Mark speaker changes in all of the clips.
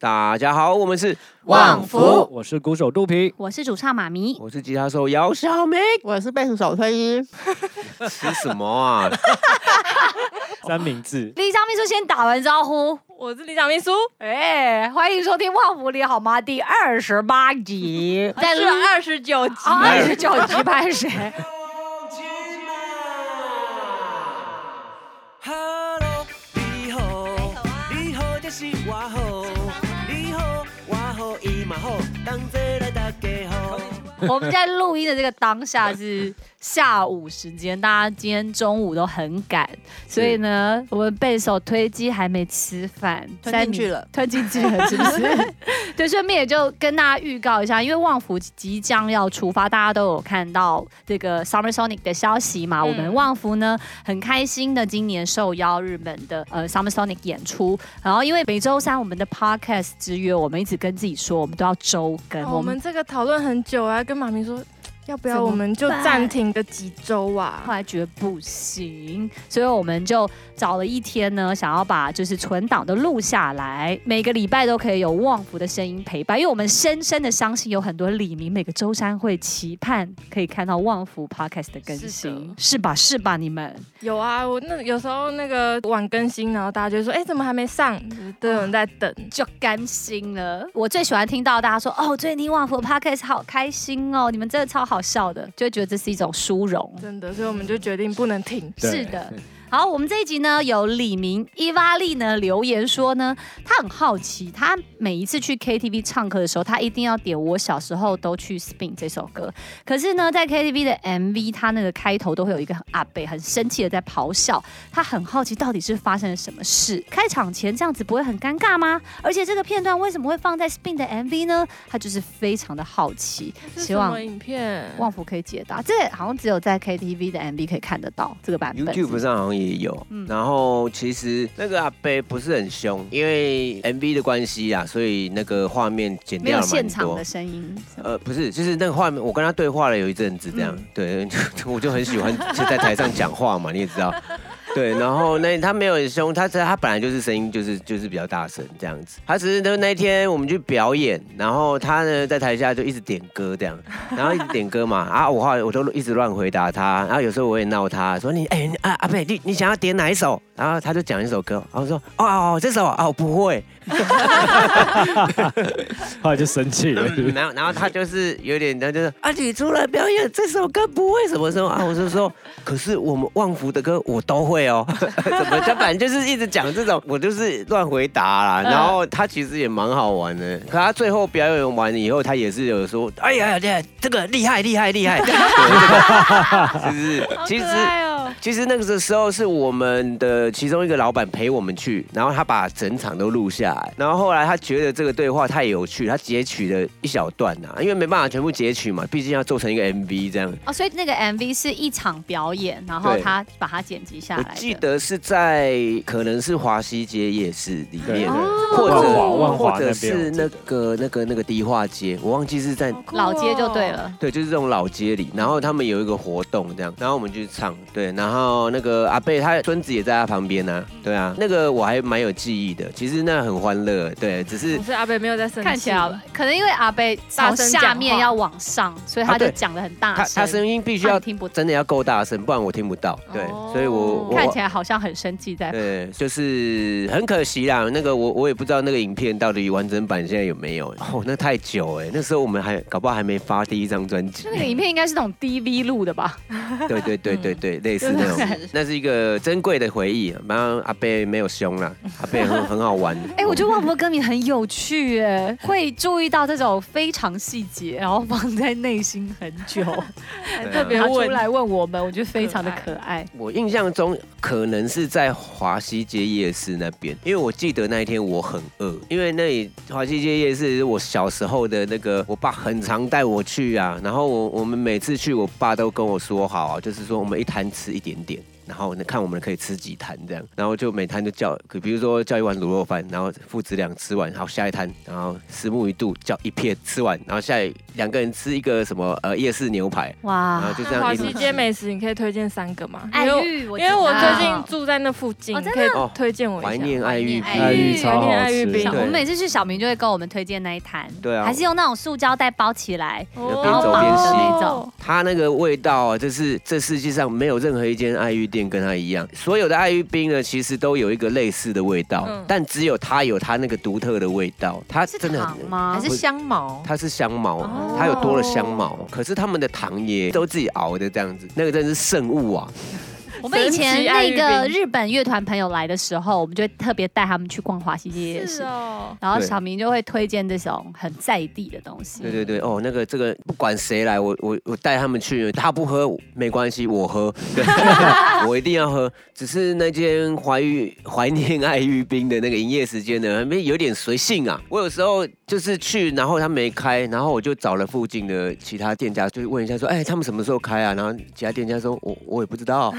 Speaker 1: 大家好，我们是
Speaker 2: 旺福
Speaker 3: 我是鼓手肚皮，
Speaker 4: 我是主唱妈咪，
Speaker 1: 我是吉他手姚小梅。
Speaker 2: 我是贝斯手推一，
Speaker 1: 吃什么啊？
Speaker 3: 三明治。
Speaker 4: 立章秘书先打完招呼，我是立章秘书，哎、欢迎收听《旺福里好吗》第二十八 集，但是二十九集，二十九集拍谁？
Speaker 5: 哈喽，你好，你好就是我好，你好我好伊嘛好，同齐来大家好。
Speaker 4: 我们在录音的这个当下是下午时间，大家今天中午都很赶，所以呢，我们贝手推机还没吃饭，
Speaker 2: 吞进
Speaker 4: 三明
Speaker 2: 去了
Speaker 4: 吞进去了，是不是？ 对，顺便也就跟大家预告一下，因为旺福即将要出发，大家都有看到这个 Summer Sonic 的消息嘛。我们旺福呢很开心的，今年受邀日本的呃 Summer Sonic 演出，然后因为每周三我们的 Podcast 之约，我们一直跟自己说，我们都要周更，
Speaker 6: 哦我们这个讨论很久啊，跟妈咪说，要不
Speaker 4: 怎
Speaker 6: 要
Speaker 4: 么
Speaker 6: 我们就
Speaker 4: 办
Speaker 6: 暂停个几周啊
Speaker 4: 后？来觉得不行，所以我们就找了一天呢，想要把就是存档都录下来，每个礼拜都可以有旺福的声音陪伴，因为我们深深的相信有很多李明每个周三会期盼可以看到旺福 podcast 的更
Speaker 6: 是
Speaker 4: 新
Speaker 6: 的，
Speaker 4: 是吧？是吧？你们
Speaker 6: 有啊，我那有时候那个晚更新，然后大家就说，哎、怎么还没上？都有人在等。
Speaker 4: 就甘心了。我最喜欢听到大家说哦，最近听旺福 podcast 好开心哦，你们真的超好笑的，就会觉得这是一种殊荣。
Speaker 6: 真的，所以我们就决定不能停。
Speaker 3: 对
Speaker 4: 是的。好，我们这一集呢，有李明伊娃利呢留言说呢，他很好奇，他每一次去 KTV 唱歌的时候，他一定要点《我小时候都去 spin》这首歌。可是呢，在 KTV 的 MV，他那个开头都会有一个很阿北很生气的在咆哮，他很好奇到底是发生了什么事。开场前这样子不会很尴尬吗？而且这个片段为什么会放在 spin 的 MV 呢？他就是非常的好奇，
Speaker 6: 这是
Speaker 4: 希
Speaker 6: 什
Speaker 4: 望
Speaker 6: 么影片？
Speaker 4: 旺福可以解答。这好像只有在 KTV 的 MV 可以看得到这个版本。
Speaker 1: YouTube 上好像也有。
Speaker 4: 嗯
Speaker 1: 然后其实那个阿贝不是很凶，因为 MV 的关系啊，所以那个画面剪
Speaker 4: 没
Speaker 1: 掉
Speaker 4: 有
Speaker 1: 了蛮
Speaker 4: 现场
Speaker 1: 多
Speaker 4: 的。声音。
Speaker 1: 呃，不是，就是那个画面，我跟他对话了有一阵子，这样，对， 我就很喜欢就在台上讲话嘛，你也知道，对，然后那他没有很凶，他他本来就是声音就是就是比较大声这样子，他只是那那一天我们去表演，然后他呢在台下就一直点歌这样，然后一直点歌嘛，啊，我后来我都一直乱回答他，然后有时候我也闹他，说你哎、你啊阿贝，你你想要点哪一首？然后他就讲一首歌，然后我说哦哦这首哦我不会，
Speaker 3: 后来就生气了。
Speaker 1: 嗯然后然后他就是有点，他就是啊，你出来表演这首歌不会什么时候啊？我就说，可是我们旺福的歌我都会哦，怎么他反正就是一直讲这种，我就是乱回答啦。然后他其实也蛮好玩的，可他最后表演完以后，他也是有说，哎呀呀，这个厉害厉害厉害，就是
Speaker 6: 好
Speaker 1: 其实
Speaker 6: 可。爱哦！
Speaker 1: 其实那个时候是我们的其中一个老板陪我们去，然后他把整场都录下来，然后后来他觉得这个对话太有趣，他截取了一小段呐、因为没办法全部截取嘛，毕竟要做成一个 MV 这样。
Speaker 4: 哦，所以那个 MV 是一场表演，然后
Speaker 1: 对
Speaker 4: 他把它剪辑下
Speaker 1: 我
Speaker 4: 来的。
Speaker 1: 记得是在可能是华西街夜市里
Speaker 3: 对
Speaker 1: 面，
Speaker 3: 对，
Speaker 1: 或者
Speaker 3: 万华万华
Speaker 1: 或者
Speaker 3: 那边
Speaker 1: 是那个那个那个迪化街，我忘记是在
Speaker 6: 好酷哦
Speaker 4: 老街就对。了，
Speaker 1: 对，就是这种老街里，然后他们有一个活动这样，然后我们就去唱，对，然后那个阿贝他孙子也在他旁边呢、啊，对啊，那个我还蛮有记忆的，其实那很欢乐，对，只是
Speaker 6: 可是阿北没有在生气，
Speaker 4: 看起来可能因为阿贝从
Speaker 6: 大声讲话
Speaker 4: 下面要往上，所以
Speaker 1: 啊
Speaker 4: 他就
Speaker 1: 对
Speaker 4: 讲的很大
Speaker 1: 他
Speaker 4: 声，
Speaker 1: 他
Speaker 4: 啊
Speaker 1: 声音必须
Speaker 4: 怕你
Speaker 1: 要
Speaker 4: 听不。
Speaker 1: 真的要够大声，不然我听不到，对，
Speaker 6: 哦
Speaker 1: 所以我
Speaker 4: 看
Speaker 1: 我
Speaker 4: 起。来好像很生气在。
Speaker 1: 对，就是很可惜啦。那个我我也不知道那个影片到底完整版现在有没有。哦，那太久哎，那时候我们还搞不好还没发第一张专辑。
Speaker 4: 那个影片应该是那种 DV 录的吧？
Speaker 1: 对对对对
Speaker 4: 嗯
Speaker 1: 对，类似那
Speaker 4: 就是
Speaker 1: 种，那是一个珍贵的回忆。然后阿贝没有凶啦，阿贝很很好玩。
Speaker 4: 哎、我觉得旺福歌迷很有趣哎，会注意到这种非常细节，然后放在内心很 久，
Speaker 1: 对啊
Speaker 6: 特别
Speaker 4: 拿出
Speaker 6: 问
Speaker 4: 来问我们，我觉得非常的可爱。
Speaker 1: 我印象中可能是在华西街夜市那边，因为我记得那一天我很饿，因为那里华西街夜市是我小时候的那个，我爸很常带我去啊。然后我我们每次去，我爸都跟我说好、啊，就是说我们一摊吃一点点。然后呢，看我们可以吃几摊这样，然后就每摊就叫，可比如说叫一碗卤肉饭，然后父子俩吃完，然后下一摊，然后拭目以度叫一片吃完，然后下一两个人吃一个什么呃夜市牛排，然后
Speaker 4: 哇，
Speaker 1: 就这
Speaker 6: 啊华
Speaker 1: 样一路
Speaker 6: 西街
Speaker 1: 吃。
Speaker 6: 美食，你可以推荐三个吗？
Speaker 4: 爱
Speaker 6: 因为
Speaker 4: 玉，因
Speaker 6: 哎我因为我最近住在那附近，
Speaker 4: 哦
Speaker 6: 你
Speaker 4: 真
Speaker 6: 可以
Speaker 4: 的
Speaker 1: 哦
Speaker 6: 推荐我一下。
Speaker 1: 怀念爱玉
Speaker 4: 怀
Speaker 1: 冰，
Speaker 4: 念
Speaker 3: 爱玉
Speaker 4: 哎
Speaker 3: 超
Speaker 6: 怀念
Speaker 3: 好
Speaker 6: 爱玉
Speaker 3: 吃
Speaker 6: 冰
Speaker 4: 小
Speaker 1: 对
Speaker 4: 我们每次去小明就会跟我们推荐那一摊，
Speaker 1: 对啊
Speaker 4: 还是用那种塑胶袋包起来，
Speaker 1: 哦
Speaker 6: 边走边吸
Speaker 4: 那种
Speaker 1: 它那个味道啊，这是这世界上没有任何一间爱玉店跟它一样。所有的爱玉冰呢，其实都有一个类似的味道，
Speaker 6: 嗯
Speaker 1: 但只有它有它那个独特的味道。它
Speaker 4: 是
Speaker 1: 真的
Speaker 4: 糖
Speaker 1: 很
Speaker 4: 吗
Speaker 7: 还？是香茅？
Speaker 1: 它是香茅，
Speaker 4: 哦
Speaker 1: 它有多了香茅，可是他们的糖也都自己熬的这样子，那个真是圣物啊！
Speaker 4: 我们以前
Speaker 6: 神奇
Speaker 4: 那
Speaker 6: 爱玉
Speaker 4: 个
Speaker 6: 冰
Speaker 4: 日本乐团朋友来的时候，我们就会特别带他们去逛华西街夜
Speaker 1: 啊
Speaker 4: 市，
Speaker 6: 是哦，
Speaker 4: 然后
Speaker 1: 对
Speaker 4: 小明就会推荐这种很在地的东西。
Speaker 1: 对对对，哦，那个这个不管谁来，我我我带他们去，他不喝没关系，我喝，对 我一定要喝。只是那间怀玉怀念爱玉冰的那个营业时间呢，还没有点随性啊。我有时候就是去，然后他没开，然后我就找了附近的其他店家，就问一下说，哎，他们什么时候开啊？然后其他店家说，我我也不知道。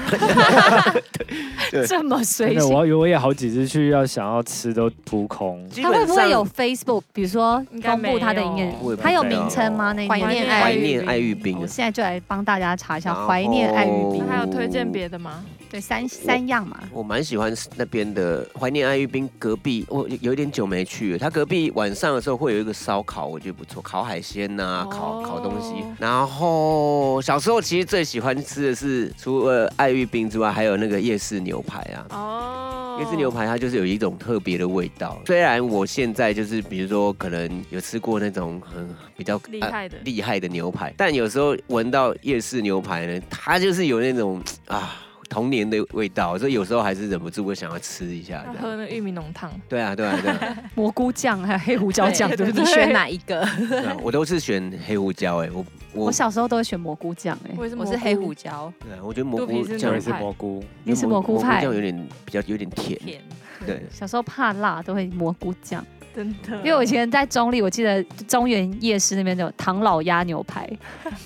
Speaker 1: 对
Speaker 4: 这么
Speaker 3: 真
Speaker 4: 随
Speaker 3: 的，
Speaker 4: 性。
Speaker 3: 我我也好几次去，要想要吃都扑空。
Speaker 1: 基
Speaker 4: 他
Speaker 1: 本
Speaker 4: 会不
Speaker 1: 上
Speaker 4: 会有 Facebook？比如说
Speaker 6: 应该
Speaker 4: 公布他的
Speaker 6: 没有
Speaker 4: 营业
Speaker 1: 我也，不
Speaker 4: 他有
Speaker 1: 知道
Speaker 4: 名称吗？那个
Speaker 7: 怀念爱
Speaker 1: 怀
Speaker 7: 玉
Speaker 1: 念
Speaker 6: 冰
Speaker 1: 爱玉冰哦
Speaker 4: 我
Speaker 1: 啊？
Speaker 4: 现在就来帮大家查一下
Speaker 1: 然后
Speaker 4: 怀念爱玉
Speaker 6: 那
Speaker 4: 冰，
Speaker 6: 还有推荐别的吗？
Speaker 4: 对，三三样嘛。
Speaker 1: 我蛮喜欢那边的怀念爱玉冰隔壁，我有一点久没去了。他隔壁晚上的时候会有一个烧烤，我觉得不错，烤海鲜呐、
Speaker 6: 哦
Speaker 1: 烤烤东西。然后小时候其实最喜欢吃的是，除了爱玉冰之外，还有那个夜市牛排啊。
Speaker 6: 哦
Speaker 1: 椰汁牛排它就是有一种特别的味道，虽然我现在就是比如说可能有吃过那种很比较
Speaker 6: 厉
Speaker 1: 呃
Speaker 6: 害的
Speaker 1: 厉害的牛排，但有时候闻到夜市牛排呢，它就是有那种啊童年的味道，所以有时候还是忍不住会想要吃一下
Speaker 4: 嗯
Speaker 6: 要
Speaker 1: 这样。
Speaker 6: 喝那玉米浓汤，
Speaker 1: 对啊，对啊，对啊，
Speaker 4: 蘑菇酱还有黑胡椒酱，对不对？
Speaker 7: 你选？哪一个？
Speaker 1: 对 啊我都是选黑胡椒哎、我我
Speaker 4: 我小时候都会选蘑菇酱哎。
Speaker 6: 我也是
Speaker 7: 我
Speaker 6: 蘑
Speaker 7: 是
Speaker 6: 菇
Speaker 7: 黑胡椒，
Speaker 1: 对啊我觉得蘑
Speaker 6: 肚皮
Speaker 1: 菇
Speaker 6: 是
Speaker 1: 酱
Speaker 3: 我
Speaker 1: 因
Speaker 6: 哪一
Speaker 3: 也是
Speaker 1: 为
Speaker 6: 派
Speaker 3: 蘑菇，
Speaker 4: 你是蘑菇
Speaker 1: 蘑
Speaker 4: 派
Speaker 1: 酱有点比较有点甜，
Speaker 6: 甜，
Speaker 1: 对，
Speaker 4: 小时候怕辣都会蘑菇酱，
Speaker 6: 真的。
Speaker 4: 因为我以前在中立，我记得中原夜市那边有唐老鸭牛 排，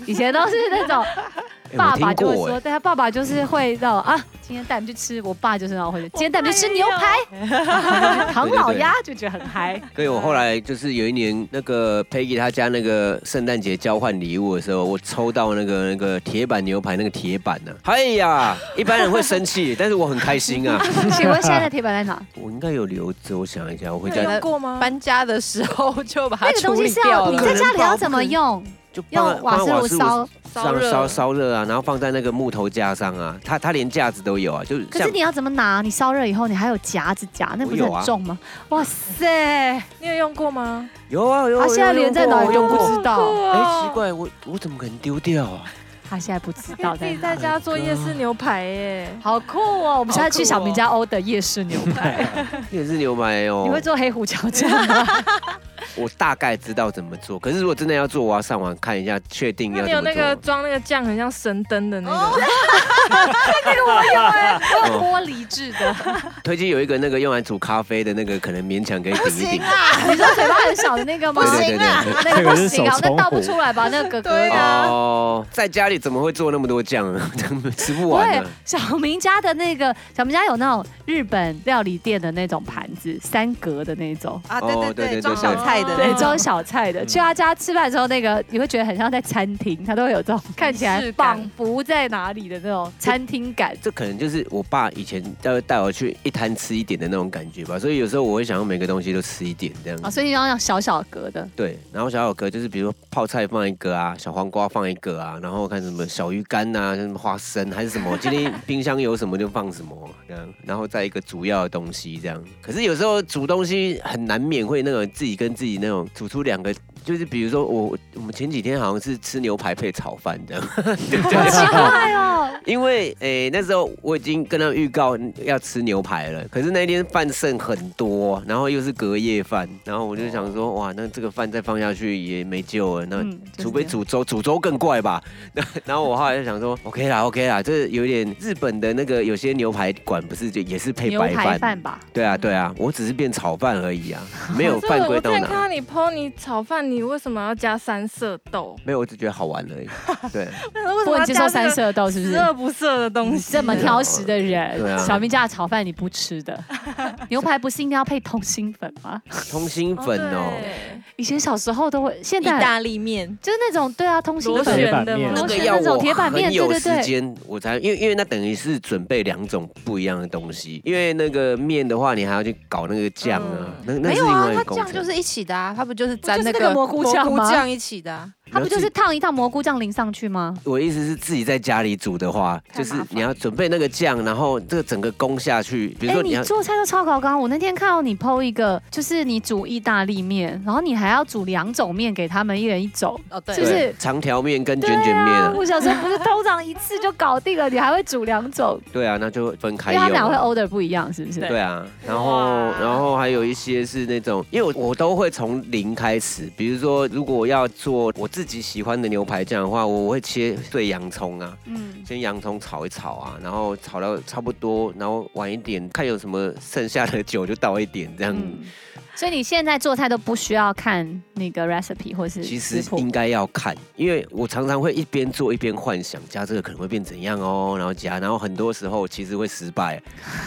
Speaker 4: 以前都是那种
Speaker 1: 哎
Speaker 4: 爸
Speaker 1: 我听
Speaker 4: 爸就会
Speaker 1: 过
Speaker 4: 说，
Speaker 1: 哎，
Speaker 4: 对他爸爸就是会那种啊，今天带我们去吃，我爸就是那种会，今天带我们去吃牛 排，唐老鸭就觉得很嗨。
Speaker 1: 所以我后来就是有一年，那个 Peggy 她家那个圣诞节交换礼物的时候，我抽到那个那个铁板牛排那个铁板呢、哎呀，一般人会生气，但是我很开心啊。
Speaker 4: 请问现在的铁板在哪？
Speaker 1: 我应该有留着，我想一下，我回
Speaker 6: 你有
Speaker 1: 家
Speaker 6: 用过吗？
Speaker 7: 搬家的时候就把它
Speaker 4: 那个东
Speaker 7: 处
Speaker 4: 西
Speaker 7: 理
Speaker 4: 是
Speaker 7: 掉
Speaker 4: 要你
Speaker 7: 了。
Speaker 4: 在家里要怎么用？
Speaker 1: 就
Speaker 4: 用瓦斯炉烧，
Speaker 1: 上烧烧热啊，然后放在那个木头架上啊，它它连架子都有啊，就是
Speaker 4: 可是你要怎么拿？你烧热以后，你还有夹子夹，那不是
Speaker 1: 我有啊
Speaker 4: 很重吗？哇塞！
Speaker 6: 你有用过吗？
Speaker 1: 有啊有啊，
Speaker 4: 他现在
Speaker 1: 有
Speaker 4: 连在
Speaker 1: 用
Speaker 4: 哪
Speaker 1: 过
Speaker 4: 里
Speaker 1: 我用
Speaker 4: 都不
Speaker 1: 过。
Speaker 4: 知道，
Speaker 1: 哎、奇怪，我我怎么可能丢掉啊？
Speaker 4: 他现在不知
Speaker 6: 可
Speaker 4: 道
Speaker 6: 以自
Speaker 4: 在
Speaker 6: 己
Speaker 4: 哪
Speaker 6: 在
Speaker 4: 里。
Speaker 6: 家做夜市牛排耶。
Speaker 4: 好酷哦！我们现在去
Speaker 7: 好酷哦
Speaker 4: 小明家欧的夜市牛排，
Speaker 1: 也是牛排哦。
Speaker 4: 你会做黑胡椒酱吗？
Speaker 1: 我大概知道怎么做，可是如果真的要做，我要上网看一下，确定
Speaker 6: 那
Speaker 1: 要
Speaker 6: 你
Speaker 1: 怎
Speaker 6: 有
Speaker 1: 么做。
Speaker 6: 那个装那个酱，很像神灯的那个，
Speaker 4: 我有玻璃制的，
Speaker 1: 推荐有一个那个用来煮咖啡的那个，可能勉强可以顶一顶。
Speaker 4: 你说嘴巴很小的那个吗
Speaker 1: 对？对对对
Speaker 4: 那个
Speaker 3: 这个
Speaker 4: 不
Speaker 3: 是
Speaker 4: 行啊，
Speaker 3: 手
Speaker 4: 那
Speaker 3: 冲
Speaker 4: 倒不
Speaker 3: 壶
Speaker 4: 出来吧？那 个哥
Speaker 7: 对
Speaker 4: 哥
Speaker 1: 对。
Speaker 7: 啊
Speaker 1: 哦，在家里怎么会做那么多酱啊？ 吃不
Speaker 4: 不
Speaker 1: 完
Speaker 4: 会
Speaker 1: 呢。，
Speaker 4: 小明家的那个小明家有那种日本料理店的那种盘子，三格的那种，
Speaker 7: 啊，
Speaker 1: 哦
Speaker 7: 对
Speaker 1: 对
Speaker 7: 对
Speaker 1: 对
Speaker 7: 对，装
Speaker 1: 对
Speaker 7: 小菜的
Speaker 4: 对
Speaker 7: 那，种，
Speaker 4: 装小菜的。去他家吃饭的时候，那个你会觉得很像在餐厅，他都会有这种看起来
Speaker 7: 仪式感
Speaker 4: 仿佛在哪里的那种餐厅感。
Speaker 1: 这可能就是我爸以前带带我去一摊吃一点的那种感觉吧，所以有时候我会想要每个东西都吃一点这样
Speaker 4: 啊，。所以你要那种小小格的，
Speaker 1: 对，然后小小格就是比如说泡菜放一个啊，小黄瓜放一个啊，然后看什么小鱼干呐、像什么花生还是什 么，今天冰箱有什么就放什么这样，然后再一个主要的东西这样。可是有时候煮东西很难免会那种自己跟自己那种煮出两个，就是比如说我我们前几天好像是吃牛排配炒饭这样，
Speaker 4: 好奇怪哦。
Speaker 1: 因为诶、那时候我已经跟他们预告要吃牛排了，可是那天饭剩很多，然后又是隔夜饭，然后我就想说，哇，那这个饭再放下去也没救了，那。
Speaker 4: 嗯，就
Speaker 1: 除
Speaker 4: 是
Speaker 1: 非
Speaker 4: 这样
Speaker 1: 煮粥，煮粥更怪吧。 然后我后来就想说，OK 啦，OK 啦，这有点日本的那个有些牛排馆不是就也是配
Speaker 4: 牛
Speaker 1: 白
Speaker 4: 排
Speaker 1: 饭？
Speaker 4: 饭吧，
Speaker 1: 对啊，对啊，我只是变炒饭而已啊， 没有
Speaker 6: 可是
Speaker 1: 犯
Speaker 6: 我
Speaker 1: 规
Speaker 6: 我之
Speaker 1: 到
Speaker 6: 前看
Speaker 1: 哪。
Speaker 6: 到你 PO 你炒饭，你为什么要加三色豆？
Speaker 1: 没有，我只觉得好玩而已。对，
Speaker 6: 为什
Speaker 4: 不能
Speaker 6: 么要
Speaker 4: 接受
Speaker 6: 加
Speaker 4: 三
Speaker 6: 这个
Speaker 4: 色豆是不
Speaker 6: 十
Speaker 4: 是？
Speaker 6: 恶不赦的东西？
Speaker 4: 这么挑食的
Speaker 1: 对啊
Speaker 4: 人，小明家的炒饭你不吃的，牛排不是应该要配通心粉吗？
Speaker 1: 通心
Speaker 6: 哦
Speaker 1: 粉哦，
Speaker 6: 对
Speaker 4: 以前小时候都会，现
Speaker 7: 意
Speaker 4: 在
Speaker 7: 大利面，
Speaker 4: 就是那种对啊，通行
Speaker 6: 螺
Speaker 4: 本
Speaker 3: 铁
Speaker 6: 旋
Speaker 3: 板
Speaker 6: 的
Speaker 3: 面
Speaker 1: 那
Speaker 6: 吗
Speaker 4: 螺？
Speaker 1: 个
Speaker 4: 旋
Speaker 1: 要
Speaker 4: 那种
Speaker 1: 我
Speaker 4: 铁板面
Speaker 1: 很有
Speaker 4: 对对
Speaker 1: 时
Speaker 4: 对
Speaker 1: 间我才，因为因为那等于是准备两种不一样的东西，因为那个面的话，你还要去搞那个酱
Speaker 4: 嗯
Speaker 1: 啊，那那
Speaker 7: 没
Speaker 1: 是
Speaker 7: 有
Speaker 1: 另
Speaker 7: 啊
Speaker 1: 外一，
Speaker 7: 它
Speaker 1: 个工
Speaker 7: 酱
Speaker 1: 程。
Speaker 7: 就是一起的啊，它不就是沾
Speaker 4: 不就是那
Speaker 7: 个
Speaker 4: 个蘑菇酱吗
Speaker 7: 酱一起的啊？
Speaker 4: 它不就是烫一烫蘑菇酱淋上去吗？
Speaker 1: 我的意思是自己在家里煮的话，
Speaker 6: 太
Speaker 1: 就是
Speaker 6: 麻烦
Speaker 1: 你要准备那个酱，然后这个整个攻下去，比如
Speaker 4: 哎、
Speaker 1: 说你
Speaker 4: 你
Speaker 1: 要。
Speaker 4: 做菜都超高纲。我那天看到你剖一个，就是你煮意大利面，然后你还要煮两种面给他们一人一种，
Speaker 7: 哦，对
Speaker 4: 是不
Speaker 1: 对
Speaker 4: 是
Speaker 1: 长条面跟卷
Speaker 4: 对
Speaker 1: 卷面
Speaker 4: 啊
Speaker 1: 啊？
Speaker 4: 我小时候不是通常一次就搞定了，你还会煮 两种，
Speaker 1: 对啊，那就分
Speaker 4: 因
Speaker 1: 开
Speaker 4: 为
Speaker 1: 用
Speaker 4: 他们俩会
Speaker 1: 啊。
Speaker 4: order 不一样，是不是？
Speaker 1: 对啊，然后然后还有一些是那种，因为我我都会从零开始，比如说如果要做我自己喜欢的牛排酱的话，我会切碎洋葱啊，
Speaker 4: 嗯，
Speaker 1: 先洋葱炒一炒啊，然后炒到差不多，然后晚一点看有什么剩下的酒就倒一点这样。
Speaker 4: 嗯。所以你现在做菜都不需要看那个 recipe 或是
Speaker 1: 其
Speaker 4: 食
Speaker 1: 实
Speaker 4: 谱
Speaker 1: 应该要看，因为我常常会一边做一边幻想加这个可能会变怎样哦，然后加，然后很多时候其实会失败。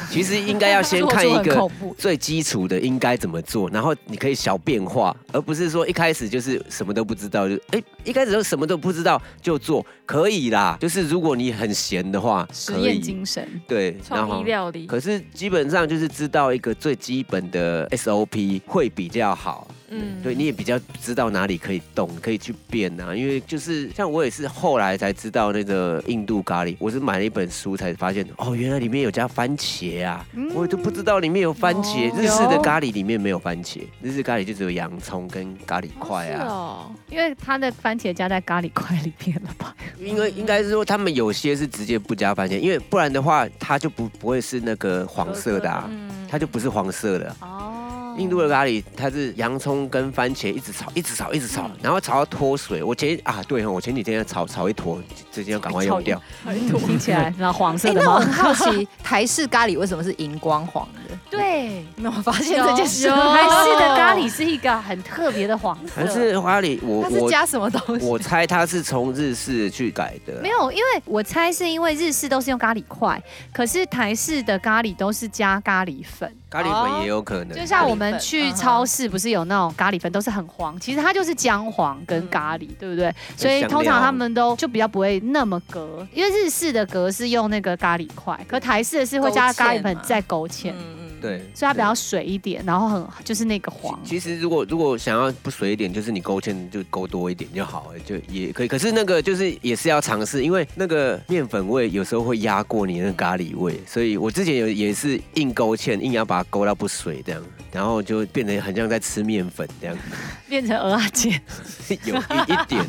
Speaker 1: 其实应该要先看一个
Speaker 4: 恐怖。
Speaker 1: 最基础的应该怎么做，然后你可以小变化，而不是说一开始就是什么都不知道，就哎一开始就什么都不知道就做，可以啦。就是如果你很闲的话，
Speaker 4: 实
Speaker 1: 可
Speaker 4: 验
Speaker 1: 以
Speaker 4: 精神，
Speaker 1: 对，然
Speaker 6: 创
Speaker 1: 后
Speaker 6: 意料理，
Speaker 1: 可是基本上就是知道一个最基本的 SOP 会比较好。嗯
Speaker 7: 嗯，
Speaker 1: 对，你也比较知道哪里可以动，可以去变啊。因为就是像我也是后来才知道那个印度咖喱，我是买了一本书才发现，哦，原来里面有加番茄啊，我都不知道里面有番茄。
Speaker 7: 嗯哦
Speaker 1: 日式的咖喱里面没有番茄，日式咖喱就只有洋葱跟咖喱块啊。
Speaker 7: 哦，
Speaker 4: 因为它的番茄加在咖喱块里面了 吧？
Speaker 1: 应该应该是说他们有些是直接不加番茄，因为不然的话它就不不会是那个黄色的啊，
Speaker 6: 嗯
Speaker 1: 它就不是黄色的啊。
Speaker 4: 哦
Speaker 1: 印度的咖喱，它是洋葱跟番茄一直炒，一直炒，一直
Speaker 4: 嗯
Speaker 1: 炒，然后炒到脱水。我前啊，对哦，我前几天炒炒一坨，最近要赶快用 掉。
Speaker 4: 听起来然后黄
Speaker 7: 哎
Speaker 4: 色，的
Speaker 7: 那我
Speaker 4: 吗？
Speaker 7: 很好奇，台式咖喱为什么是荧光黄的？
Speaker 4: 对，
Speaker 7: 你有没有发现这件事？
Speaker 6: 有有
Speaker 4: 台式的咖喱是一个很特别的黄色
Speaker 1: 还。是咖喱，我
Speaker 7: 它是
Speaker 1: 我
Speaker 7: 加什么东西？
Speaker 1: 我猜它是从日式去改的。
Speaker 4: 没，有，因为我猜是因为日式都是用咖喱块，可是台式的咖喱都是加咖喱粉。
Speaker 1: 咖喱粉也有可能。
Speaker 4: 哦就像我们
Speaker 7: 粉
Speaker 4: 去
Speaker 7: 嗯哼
Speaker 4: 超市，不是有那种咖喱粉都是很
Speaker 1: 嗯
Speaker 4: 黄，其实它就是姜黄跟咖喱，对不对？所以
Speaker 1: 香
Speaker 4: 通常
Speaker 1: 料
Speaker 4: 他们都就比较不会那么隔，因为日式的隔是用那个咖喱块，可台式的是会加
Speaker 7: 勾芡
Speaker 4: 咖喱粉
Speaker 7: 嘛
Speaker 4: 再勾芡，
Speaker 7: 嗯，
Speaker 1: 对，
Speaker 4: 所以它比较水一点，然后很就是那个黄。
Speaker 1: 其实如果如果想要不水一点，就是你勾芡就勾多一点就好了，就也可以。可是那个就是也是要尝试，因为那个面粉味有时候会压过你那个咖喱味，所以我之前有也是硬勾芡，硬要把它勾到不水这样，然后就变得很像在吃面粉这样，
Speaker 4: 变成鹅啊姐，
Speaker 1: 有一一点，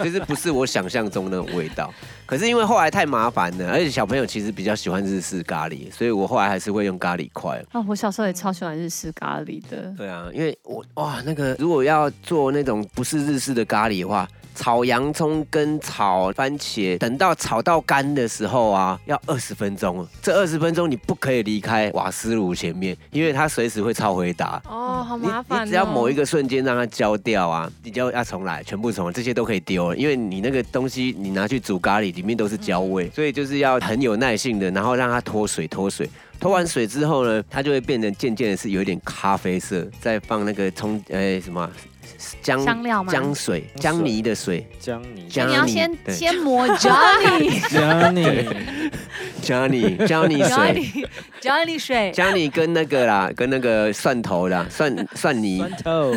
Speaker 1: 就是不是我想象中的味道。可是因为后来太麻烦了，而且小朋友其实比较喜欢日式咖喱，所以我后来还是会用咖喱块。
Speaker 4: 哦，我小时候也超喜欢日式咖喱的。
Speaker 1: 对啊，因为我哇，那个如果要做那种不是日式的咖喱的话，炒洋葱跟炒番茄，等到炒到干的时候啊，要二十分钟。这二十分钟你不可以离开瓦斯炉前面，因为它随时会超回答。
Speaker 6: 哦，好
Speaker 1: 你
Speaker 6: 麻烦哦。
Speaker 1: 你只要某一个瞬间让它焦掉啊，你就要重来，全部重来，这些都可以丢了，因为你那个东西你拿去煮咖喱，里面都是焦味，所以就是要很有耐性的，然后让它脱水，脱水。脱完水之后呢，它就会变成渐渐的是有一点咖啡色，再放那个葱，呃、什么啊姜
Speaker 4: 香料吗
Speaker 1: 姜水、姜泥的水，
Speaker 3: 江你
Speaker 1: 江
Speaker 4: 你要先
Speaker 1: 对
Speaker 4: 先 磨 Johnny
Speaker 3: 江你，
Speaker 1: 姜泥姜泥水，
Speaker 4: Johnny Johnny 水，
Speaker 1: 姜泥跟那个啦，跟那个蒜头啦，蒜 蒜泥，
Speaker 3: 酸透，